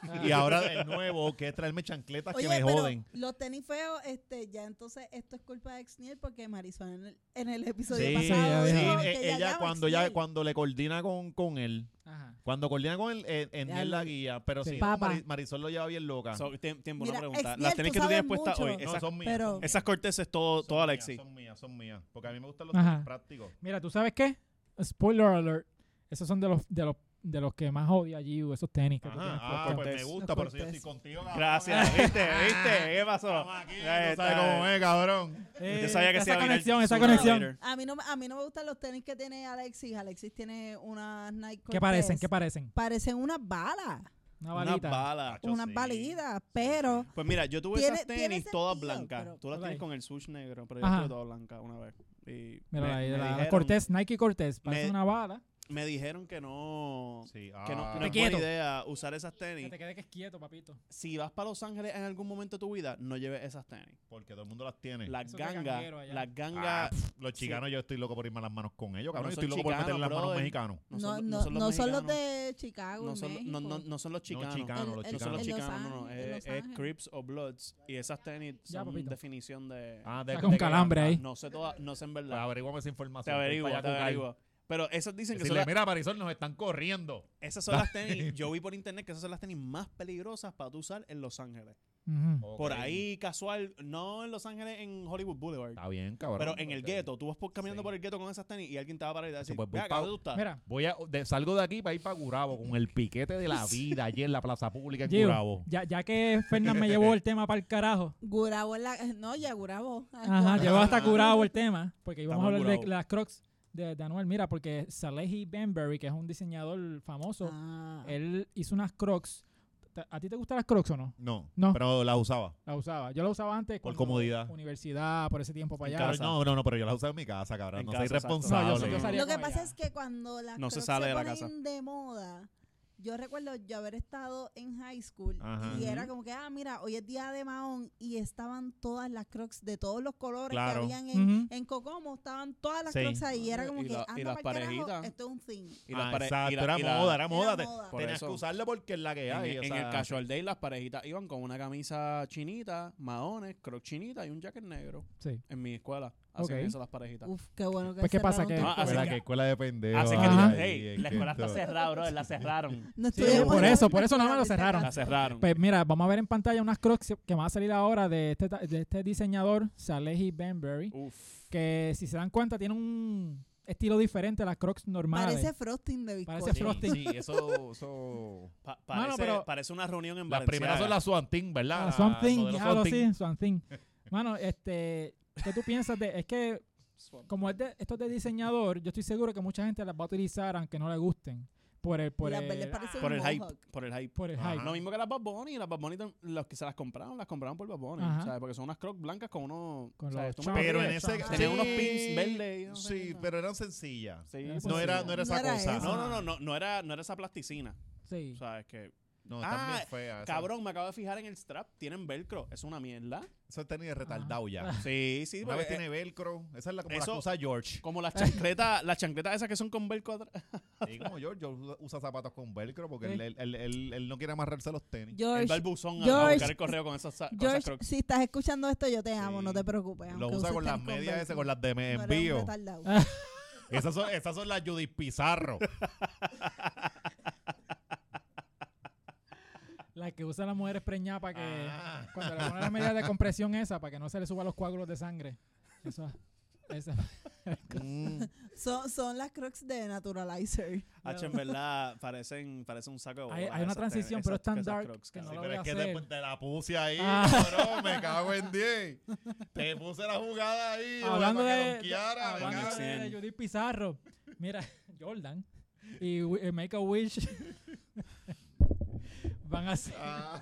Ah.
y ahora el nuevo, que es traerme chancletas que me
pero
joden.
los tenis feos, este, ya entonces esto es culpa de Exniel porque Marisol en el, en el episodio
Sí,
pasado
sí,
dijo
sí,
que
eh, ella
llama
cuando ya
Exniel.
cuando le coordina con, con él,
Ajá.
cuando coordina con él, eh, en
Ya
él
lo-
la guía, pero
Sí.
si no,
Papa.
Mari- Marisol lo lleva bien loca.
So, tiem- tiempo,
Mira,
una pregunta.
Exniel,
Las tenis
tú
que tú tienes
sabes
puestas
mucho.
hoy,
no,
esas,
son mías.
pero-
son mías.
esas corteses todo,
Son
todo
mías,
Alexi.
Son mías, son mías, porque a mí me gustan los
Ajá.
tenis prácticos.
Mira, ¿tú sabes qué? Spoiler alert. Esos son de los, de los, de los que más odia Giu, esos tenis que tú
Ajá,
tienes.
ah,
puestos.
pues me
Los
gusta, por eso yo
cortes.
estoy contigo. cabrón.
Gracias, ¿viste? ¿Viste? Este, ¿Qué pasó?
Estamos Ah, aquí, tú
Ahí
sabes
está.
cómo es, cabrón.
Eh,
Yo sabía que se
esa
iba a venir
conexión, esa
sooner or
conexión.
later.
A mí, no, me- a mí no me gustan los tenis que tiene Alexis. Alexis tiene unas Nike
¿Qué parecen?
Cortez.
¿Qué parecen?
Parecen unas balas,
Una
Una
balita.
bala.
Yo
unas
sí.
balidas, pero
Pues mira, yo tuve
Tiene-
esas tenis
tiene
todas
sentido,
blancas.
pero-
Tú
Mírala
las
ahí.
tienes con el swoosh negro, pero yo
Ajá.
las tuve todas blancas una vez. Y
Mira
me,
ahí,
me
la- la
dijeron,
Cortés, Nike Cortés. Parece
me-
una bala.
me dijeron que no,
Sí,
que no,
ah.
que no es
quieto.
buena idea usar esas tenis.
quedes que es quieto, papito.
Si vas para Los Ángeles en algún momento de tu vida, no lleves esas tenis.
Porque todo el mundo las tiene. Ah,
Las
Eso de
gangas,
ganguero allá.
las gangas
Los chicanos, yo estoy loco por irme a las manos con ellos,
No
cabrón. yo
son
estoy loco por
chicanos,
meterle las manos a un
brother.
mexicano.
no, no, no son, los, de Chicago.
no
y
son, no, no,
México.
no son los chicanos.
No, chicanos,
El-
los
el-
No son los
en
chicanos.
Los
chicanos, no, no.
Ángeles, en
Es,
Los
es
Ángeles.
Crips o Bloods. Y esas tenis
Ya,
son
papito.
definición de.
Ah, de-
Saca
de
un
que
calambre
gangas.
ahí.
No sé todas, no sé en
Pues
verdad.
averiguame esa
Te
información. voy
averiguo,
para allá
te
a cucar.
averiguo. Pero esas dicen que son
Decirle,
las,
mira, Marisol, nos están corriendo.
esas son las tenis. Yo vi por internet que esas son las tenis más peligrosas para tú usar en Los Ángeles.
Ujú.
Por
Ok.
ahí, casual, no en Los Ángeles, en Hollywood Boulevard.
Está bien, cabrón.
Pero en el
porque
gueto, tú vas por, caminando
Sí.
por el gueto con esas tenis y alguien te va a parar y te va a
Eso,
decir,
pues, voy
"Ve acá,
pa-
¿dónde tú estás?
Mira,
Voy a, de- salgo de aquí para ir para Curabo con el piquete de la vida allí en la plaza pública en
Gio,
Curabo.
ya, ya que Fernández me llevó el tema para el carajo.
Gurabo en la. No, ya Gurabo.
Ajá, llevó hasta curado
Ah,
el tema, porque íbamos a
Estamos
hablar de
curados.
las Crocs de, de Anuel. Mira, porque Salehi Benberry, que es un diseñador famoso,
Ah.
él hizo unas Crocs ¿te- ¿A ti te gustan las Crocs o no?
No,
No.
pero la usaba.
La usaba. Yo la usaba antes.
Por
cuando-
comodidad.
Universidad, por ese tiempo para allá.
Cabrón,
casa.
no, no, no, pero yo la usaba en mi casa, cabrón.
En
no soy
casa, exacto.
responsable.
No, yo- yo salía
Lo que
con
pasa
ella.
es que cuando las
No se
Crocs
sale
se
de la
ponen
casa.
de moda, yo recuerdo yo haber estado en high school
Ajá.
y era
Ujú.
como que, ah, mira, hoy es día de Mahón y estaban todas las Crocs de todos los colores que
Claro.
habían en,
Ujú.
en Cocomo, estaban todas las
Sí.
Crocs ahí y era como
Y
que,
la- y
anda
las
pa'l carajo,
parejitas.
esto es un thing.
Y las
Ah,
pare- y
exacto,
la-
era
y la-
moda, era moda. te-
moda.
Por
Tenías
eso.
que usarla porque es la que
En, e,
hay.
en
o sea,
el casual day las parejitas iban con una camisa chinita, maones, croc chinita y un jacket negro.
Sí.
En mi escuela hacían
Ok.
eso las parejitas.
Uf, qué bueno que
Pues, ¿qué
se
pasa?
preguntó
Que-
por
Ah, así
¿Verdad
eso.
que-
que escuela de pendejos?
Así que
Ajá.
Ay,
hey,
es
la
que
escuela está
esto-
cerrada, bro. La cerraron.
No
Sí,
estudié
por eso, por eso nada más lo
por eso
cerraron.
La cerraron.
Pues mira, vamos a ver en pantalla unas Crocs que van a salir ahora de este, ta- de este diseñador, Salehi Benberry.
Uf.
Que si se dan cuenta, tiene un estilo diferente a las Crocs normales.
Parece frosting de bizcocho.
Parece Sí, frosting.
Sí, eso... eso...
Pa-
Mano,
parece,
pero-
parece una reunión en
Las primeras son
Valenciaga.
las Swanting, ¿verdad?
Ah, something,
Las modelos
ya lo
Swan Thing.
sí, something. Mano, este, ¿qué tú piensas de...? Es que como es de, esto es de diseñador, yo estoy seguro que mucha gente las va a utilizar aunque no le gusten. Por el, por
Las
el,
verdes parecen
Por
un
el hype.
mohawk.
Por el hype.
por el
Ajá.
hype.
Lo mismo que las Bad Bunny, las Bad Bunny, tam- los que se las compraron, las compraron por Bad Bunny,
Ajá.
¿sabes? Porque son unas crocs blancas con unos...
Con
o sea,
los
esto me
chomps.
Pero en
Sí,
ese...
son-
Tenía
sí,
unos pins verdes y no sé qué
Sí,
más.
pero eran sencillas.
Sí, pues
No
sí,
No
sí.
era, no era esa
No era
cosa.
esa.
No, no, no, no, no era, no era esa plasticina.
Sí.
O sea, es que...
No,
Ah,
están bien feas. Esa-
Cabrón, me acabo de fijar en el strap. Tienen velcro. Es una mierda.
Eso tenía retardado ya.
Sí, sí.
Una vez
porque-
tiene velcro. Esa es la, como la que
Eso-
usa George.
Como las chancletas, las chancletas esas que son con velcro atrás.
Sí, como George, George usa- usa zapatos con velcro porque
Sí.
él, él- él- él- él no quiere amarrarse los tenis.
Él va
George,
al buzón a- a
George-
buscar el correo con esas sa- con esas
George,
crocs.
si estás escuchando esto, yo te amo,
Sí.
no te preocupes.
Lo
aunque
usa
uses
con las
tenis
medias
Converse,
esas, con las de me
no eres un
envío.
retardado.
Esas son, esas son las Judith Pizarro.
Las que usan las mujeres preñadas para que...
Ah.
Cuando le ponen la medida de compresión esa, para que no se le suba los coágulos de sangre. Eso, esa-
Mm.
Son, son las crocs de Naturalizer.
H, en verdad, parecen, parecen un saco de bolas.
Hay- hay una
esas-
transición,
esas-
pero es tan
esas
dark
Crocs,
que no lo
cabrón.
Sí,
voy
pero es
a
que te,
hacer.
te la puse ahí,
Ah.
cabrón, me cago en 10. Te puse la jugada ahí,
hablando
para que
de,
donkeara, me
hablando
cago en-
de,
Conexión.
de Judith Pizarro. Mira, Jordan y Wi- eh, Make a Wish van a hacer
Ah.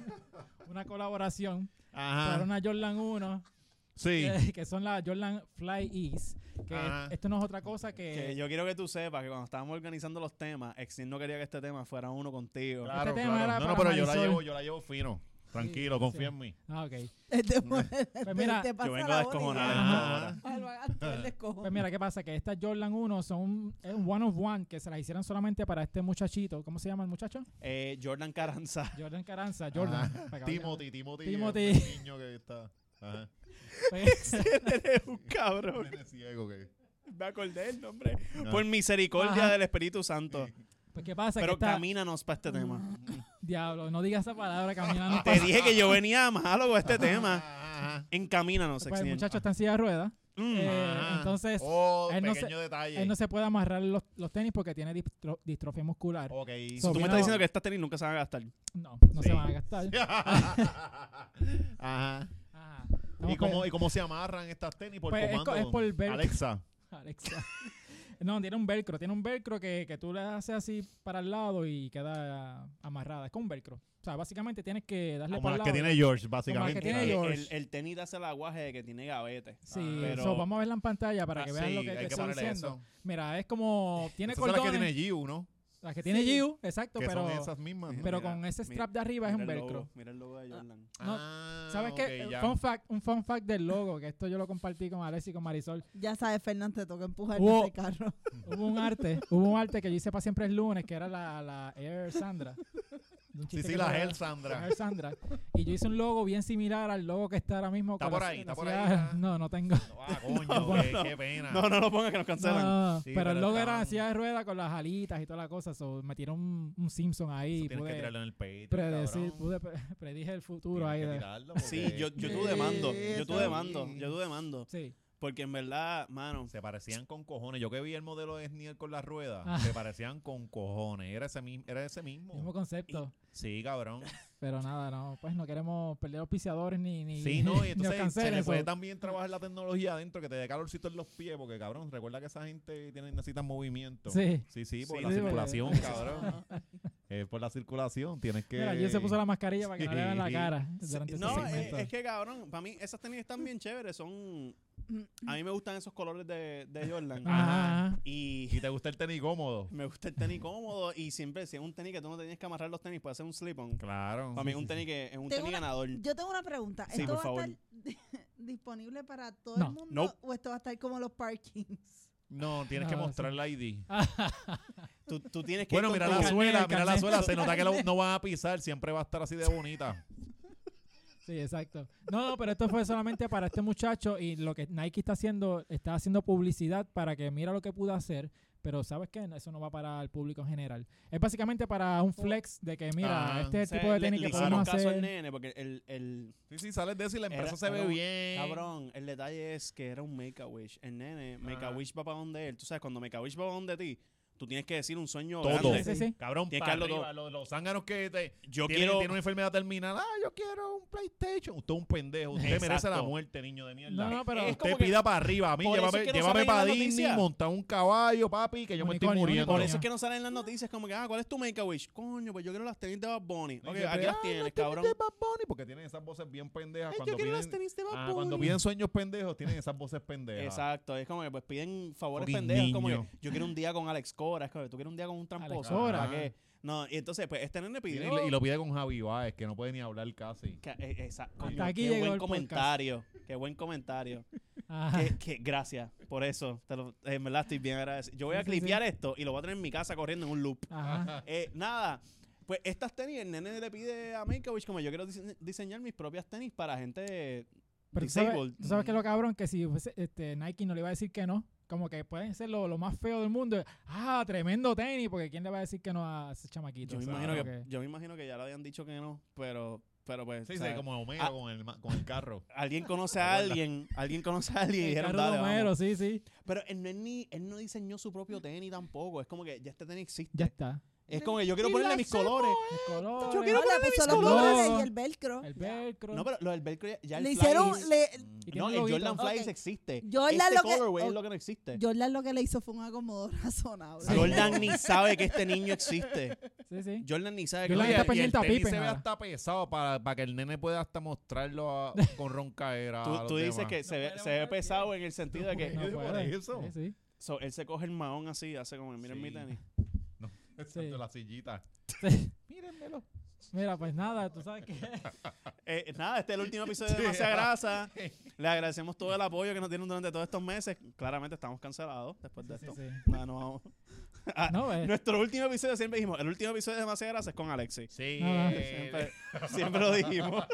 una colaboración para
Ajá.
una Jordan 1,
Ah. Sí. Este
que, que son las Jordan Fly Ease. Que
Ajá.
esto no es otra cosa que,
Que yo quiero que tú sepas que cuando estábamos organizando los temas, Exin no quería que este tema fuera uno contigo.
Claro,
tema
claro.
era
No,
para
no, pero yo la,
Marisol.
llevo, yo la llevo fino. Tranquilo,
Sí,
confía
sí.
en mí.
Ah, ok.
Este
Pues
modelo, te-
mira,
te pasa
Yo vengo
la
a
bola y
descojonar
ya.
esto
ya.
ahora.
Ajá.
Ah, lo hagas tú, el descojón.
Pues mira, ¿qué pasa? Que estas Jordan 1 son un, es un one of one que se las hicieron solamente para este muchachito. ¿Cómo se llama el muchacho?
Eh, Jordan Caranza.
Jordan Caranza, Jordan. para que-
Timothy, Timothy. este
Timothy.
es El niño que está. Ajá.
Pues-
Eres un
el
cabrón.
nene ciego que.
Me acordé el nombre.
Ah.
Por misericordia
Ajá.
del Espíritu Santo.
pues ¿qué pasa? que
Pero
esta-
camínanos para este tema.
Diablo, no digas esa palabra, caminando.
Te dije que yo venía malo con este tema.
Ajá, ajá.
Encamínanos,
Pues el
Exin.
muchacho está en silla de ruedas.
Mm.
Eh,
Ajá.
entonces,
Oh,
él no
pequeño
se-
detalle.
él no se puede amarrar los, los tenis porque tiene distro- distrofia muscular.
Ok.
So,
Tú me
vino-
estás diciendo que estas tenis nunca se van a gastar.
No, no
Oh, Sí.
se van a gastar.
Ajá.
Ajá.
¿Y
Ah, Estamos
cómo,
pe-
¿Y cómo se amarran estas tenis? Por
Pues es
comando.
co- es por ver-
Alexa.
Alexa. No, tiene un velcro. Tiene un velcro que, que tú le haces así para el lado y queda amarrada. Es con un velcro. O sea, básicamente tienes que darle
Como
para
las
el
que
lado.
tiene George,
Como las
básicamente.
que tiene
El-
George.
el, el tenis hace el aguaje de que tiene gavete.
Sí,
pero-
so, vamos a verla en pantalla para
Ah,
que vean lo
sí,
que
hay
te
que
estoy
ponerle
diciendo.
eso.
Mira, es como. Tiene
Esas son las
cordones.
que tiene Giu, ¿no?
las que tiene
Sí.
Giu, exacto,
Que
pero,
son esas mismas. ¿no?
pero
Mira,
con ese
mira,
strap de arriba es un
Mira el
velcro.
logo, Mira el logo de Jordan.
no,
Ah,
¿Sabes qué? Eh,
ok, ya.
Fun fact, un fun fact del logo, que esto yo lo compartí con Alex y con Marisol.
Ya sabes, Fernández, te toca empujar
Wow.
ese carro.
Hubo un arte, hubo un arte que yo hice para siempre el lunes, que era la, la Air Sandra. De un
Sí,
chiste
sí,
que
la
era-
Hell
la
Sandra.
Air Sandra. Y yo hice un logo bien similar al logo que está ahora mismo.
Está
con
por
la-
ahí, está
la
por
ciudad-
ahí, está.
No, no tengo.
Ah, coño,
No,
qué,
no.
qué pena.
No, no lo pongas que nos
No,
cancelan.
no, no.
Sí,
pero el
pero
logo era
estaban-
silla de rueda con las alitas y toda la cosa. So, me tiró un, un Simpson ahí.
Eso
y
tienes que
pude
tirarlo en el pecho.
pues, predecir, pude pre- predije el futuro ahí. de-
Sí, yo, yo
Sí,
tú demando. Yo tú
está
demando. Yo tú demando.
Sí.
Porque en verdad, mano,
Se parecían con cojones. Yo que vi el modelo de Sneer con la rueda,
Ah.
se parecían con cojones. Era ese, mi- era ese
Mismo
mismo.
concepto.
Sí, cabrón.
Pero nada, no, pues no queremos perder auspiciadores ni, ni,
Sí, no,
ni pues. nos
y entonces se
cancelen,
le puede
so.
también trabajar la tecnología adentro que te dé calorcito en los pies, porque cabrón, recuerda que esa gente tiene, necesita movimiento.
Sí.
sí, sí, por
Sí,
la
sí, porque-
circulación, cabrón. Es por la circulación, tienes que.
Mira, ayer se puso la mascarilla para que no le vean la
Sí.
cara
Sí,
durante este
No, es,
segmento.
es que cabrón, para mí esas tenis están bien chéveres, son... A mí me gustan esos colores de, de Jordan.
Ajá, ajá.
Y
Y te gusta el tenis cómodo.
me gusta el tenis cómodo y siempre, si es un tenis que tú no tenías que amarrar los tenis, puedes hacer un slip-on.
Claro.
Para mí es un tenis que es un
Tengo
tenis
una-
ganador.
Yo tengo una pregunta.
Sí,
¿Esto
por
va a
favor.
estar disponible para todo
No.
el mundo
Nope.
o esto va a estar como los parkings?
No, tienes que
Ah, sí.
mostrar la ID.
Tú, tú tienes que... ir
Bueno,
con
mira
tu-
la
carnet,
suela,
el
mira la
carnet.
suela. Se nota que lo- no van a pisar, siempre va a estar así de bonita.
Sí, exacto. No, no, pero esto fue solamente para este muchacho y lo que Nike está haciendo, está haciendo publicidad para que mira lo que pudo hacer, pero ¿sabes qué? Eso no va para el público en general. Es básicamente para
Oh.
un flex de que mira,
Ah,
este
o
es
sea,
el tipo de
le-
tenis
le
que
hicieron
podemos
caso al
hacer.
nene porque el, el,
Sí, sí, sales de eso y la
Era-
empresa se
era
ve
un-
Eh.
bien.
Cabrón, el detalle es que era un make-a-wish. El
Ah.
nene, make-a-wish va para donde él. Tú sabes, cuando make-a-wish va para donde ti, tú tienes que decir un sueño
Todo.
Sí,
grande.
sí, sí.
Cabrón,
Tienes
para
que darlo
arriba, los, los zánganos que te,
Yo
tienen,
quiero...
tienen una enfermedad terminal. Ah, yo quiero un PlayStation. Usted es un pendejo. Usted merece
Exacto.
la muerte, niño de mierda.
No, no, pero
Es
Usted
como que-
pida para arriba. A mí,
Por eso
llévame,
es que no
llévame
salen
para
en las
Disney,
noticias.
monta un caballo, papi, que yo me estoy
Unicornio,
muriendo.
Por
Coño.
eso es que no salen en las noticias como que, ah, ¿cuál es tu make-a-wish? Coño, pues yo quiero las tenis de Bad Bunny.
Y
Ok,
siempre,
aquí las
"Ay,
tienes,
tenis
cabrón.
de Bad Bunny, porque tienen esas voces bien pendejas.
Ay,
cuando, piden,
tenis de
ah, cuando piden sueños pendejos, tienen esas voces pendejas.
Exacto, es como que pues piden favores
Fucking
pendejos. Como que
niño.
yo quiero un día con Alex Cora, es como que tú quieres un día con un tramposo.
Cora.
¿para qué? No, y entonces, pues este nene
Tiene-
pidió.
Y, lo pide con Javi Baez, que no puede ni hablar casi.
Ca- eh, esa- coño,
aquí
qué
llegó
buen
el podcast.
comentario, qué buen comentario.
Ajá.
que, que- gracias por eso. Te lo, en verdad estoy bien agradecido. Yo voy a
Sí, sí,
clipear esto y lo voy a tener en mi casa corriendo en un loop.
Ajá.
Eh, nada, pues estas tenis, el nene le pide a Makeovich como yo quiero dise- diseñar mis propias tenis para gente
Pero tú
disabled.
sabes, tú sabes que lo cabrón que si fuese, este, Nike no le iba a decir que no, como que pueden ser lo, lo más feo del mundo. Ah, tremendo tenis, porque ¿quién le va a decir que no a ese chamaquito?
Yo me,
O sea,
imagino
como
que, yo me imagino que ya le habían dicho que no, pero, pero pues.
Sí,
o sea,
sí, como Homero
ah.
con, el, ma- con el carro.
Alguien conoce a alguien, alguien conoce a alguien y
el
dijeron,
carro
dale,
de
vamos".
Homero, sí, sí.
Pero él no, es ni, él no diseñó su propio tenis tampoco. Es como que ya este tenis existe.
Ya está.
Es como que yo quiero ponerle mis colores.
Los colores,
Yo quiero
No, le
ponerle mis
puso los
colores.
colores y el velcro.
el
Ya.
velcro.
No, pero lo del velcro ya, ya el
le
fly
hicieron,
es-
le,
Mm.
Y tiene
No, el
loguito.
Jordan Flies
Ok.
existe.
Jordan
este
lo que-
colorway
o-
es lo que no existe.
Jordan lo que le hizo fue un acomodo razonable.
Jordan ni sabe que este niño existe.
Sí, sí.
Jordan ni sabe que...
Jordan
Oye,
está
y el
pendiente a
tenis
Pippen
se ve
ahora.
hasta pesado para, para que el nene pueda hasta mostrarlo a- con roncaera. a
Tú,
Ah, los
tú dices
demás.
que se, ve,
puede
se ve
mover,
pesado en el sentido de que
Yo
No
digo,
puede.
por eso.
Sí, sí.
so, él se coge el mahón así y hace como, miren mi
Sí.
tenis.
No, exacto,
Sí.
la sillita.
Sí.
Mírenmelo.
Mira, pues nada, tú sabes que
Eh, nada, este es el último episodio de
Sí.
Demasiada Grasa. Le agradecemos todo el apoyo que nos dieron durante todos estos meses. Claramente estamos cancelados después de
Sí,
esto.
sí.
Nada, no vamos. Ah,
No, eh,
Nuestro último episodio, siempre dijimos, el último episodio de Demasiada Grasa es con Alexi.
Sí.
Ah,
Siempre, siempre lo dijimos.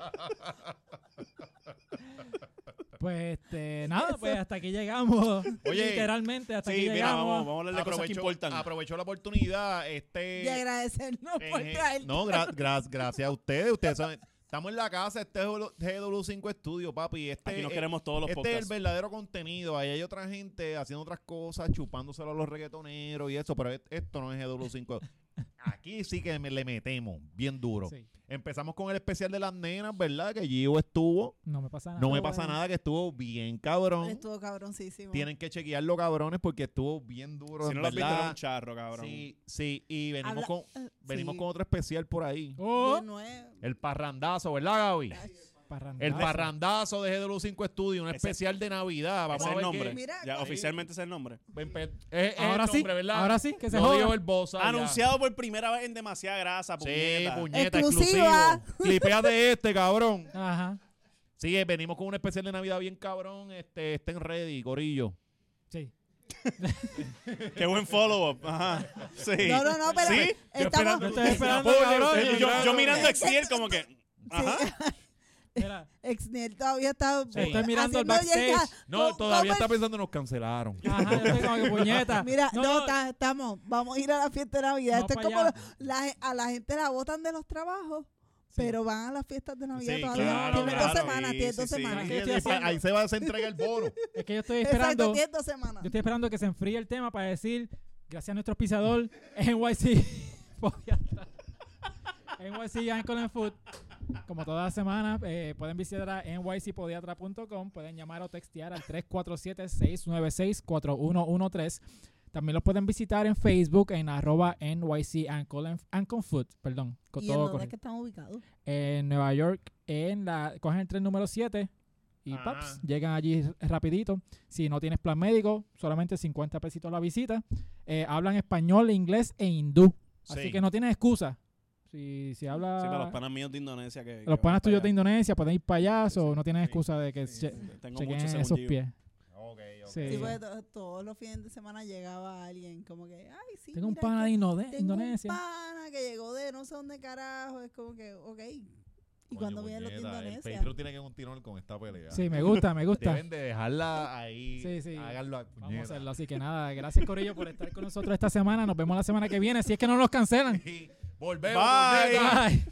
pues este, nada, pues hasta aquí llegamos.
Oye.
literalmente hasta
Sí,
aquí
mira,
llegamos.
vamos, vamos a hablar de cosas que
Aprovechó,
importan.
aprovechó la oportunidad.
Y
Este,
agradecernos
Eh,
por
eh,
traer.
No, gra- gra- gracias a ustedes. Ustedes saben, estamos en la casa, este es GW5 Studio, papi. Este,
Aquí nos
eh,
queremos todos los
este es el
podcasts.
verdadero contenido. Ahí hay otra gente haciendo otras cosas, chupándoselo a los reggaetoneros y eso, pero et- esto no es GW5. Aquí sí que me- le metemos bien duro.
Sí,
Empezamos con el especial de las nenas, ¿verdad? Que Gio estuvo.
no me pasa nada.
No me
bueno.
pasa nada, que estuvo bien cabrón.
Estuvo cabroncísimo.
Tienen que chequearlo, cabrones, porque estuvo bien duro.
Si
en
no lo has visto,
verdad.
era un charro, cabrón.
Sí, sí, y venimos,
Habla-
con,
eh,
venimos
sí.
con otro especial por ahí.
Oh,
Bien nuevo.
El parrandazo, ¿verdad, Gaby?
parrandazo.
El parrandazo de GW5 Studio, un
Ese-
especial de Navidad. Vamos
Ese es
a
el
ver
nombre.
qué-
Mira,
ya,
sí.
oficialmente ese es el nombre.
Ven, ven. Es- es el
Ahora sí,
nombre, ¿verdad?
ahora sí, que se
Lo dijo
joda.
el boss allá.
Anunciado por primera vez en demasiada grasa,
Sí,
puñeta.
puñeta,
Exclusiva.
exclusivo. Clipea de este, cabrón.
Ajá.
Sí, eh, venimos con un especial de Navidad bien cabrón. Este, estén ready, gorillo.
Sí.
Qué buen follow up. Ajá. Sí.
No, no, no, pero
Sí, yo
Yo
estamos.
estoy esperando,
Apoyo,
cabrón.
estoy
Eh, Yo, yo- yo mirando
Sí.
Excel como que. Ajá.
Mira,
Exniel todavía está.
Estoy mirando el
haciendo
backstage.
yerga.
No,
¿Cómo-
todavía
cómo
está pensando, nos cancelaron.
ajá, yo estoy como que puñeta.
el- Mira, no,
No, no.
ta- estamos. Vamos a ir a la fiesta de Navidad.
Vamos
Esto
pa'
es como
allá.
lo- la- a la gente la botan de los trabajos, pero van a las fiestas de Navidad
Sí,
todavía.
claro,
tienen
claro.
dos semanas,
Sí,
tienen
sí,
dos
sí.
semanas.
¿Qué estoy haciendo?
ahí se va a entregar el bono.
Es que yo estoy
Exacto,
esperando.
tienen dos semanas.
Yo estoy esperando que se enfríe el tema para decir, gracias a nuestro pisador, NYC. Podiatra. NYC Ankle and Foot. Como todas las semanas, eh, pueden visitar a nycpodiatra.com, pueden llamar o textear al 347-696-4113. También los pueden visitar en Facebook en arroba NYC Ankle, Ankle Food, perdón, con
¿Y en
todo
dónde es
correcto.
que están ubicados?
en Nueva York, en la, cogen el tren número 7 y
Ah.
paps, llegan allí rapidito. Si no tienes plan médico, solamente 50 pesitos la visita. Eh, hablan español, inglés e hindú. Así
Sí.
que no tienes excusa. Si, si habla...
Sí, para los panas míos de Indonesia que.
los panas tuyos de Indonesia pueden ir payaso,
Sí,
no tienes
sí.
excusa de que se,
Indonesia. Tengo
chequen
muchos
esos
segundos.
pies.
Ok, ok.
Sí.
Sí,
Eh.
porque to- todos los fines de semana llegaba alguien como que, ay, sí.
Tengo un
mira, es
pana de
que
Inode-
tengo
Indonesia.
un pana que llegó de no sé dónde carajo. Es como que, ok. Y
Coño,
cuando vienen los de
puñeta, El
Indonesia.
Patreon tiene que continuar con esta pelea.
Sí, me gusta, me gusta.
Deben de dejarla ahí.
Sí, sí.
Háganlo a
Vamos a
puñeta.
hacerlo. Así que nada, gracias Corillo por estar con nosotros esta semana. Nos vemos la semana que viene, si es que no nos cancelan.
Y volvemos.
Bye.
puñeta.
Bye.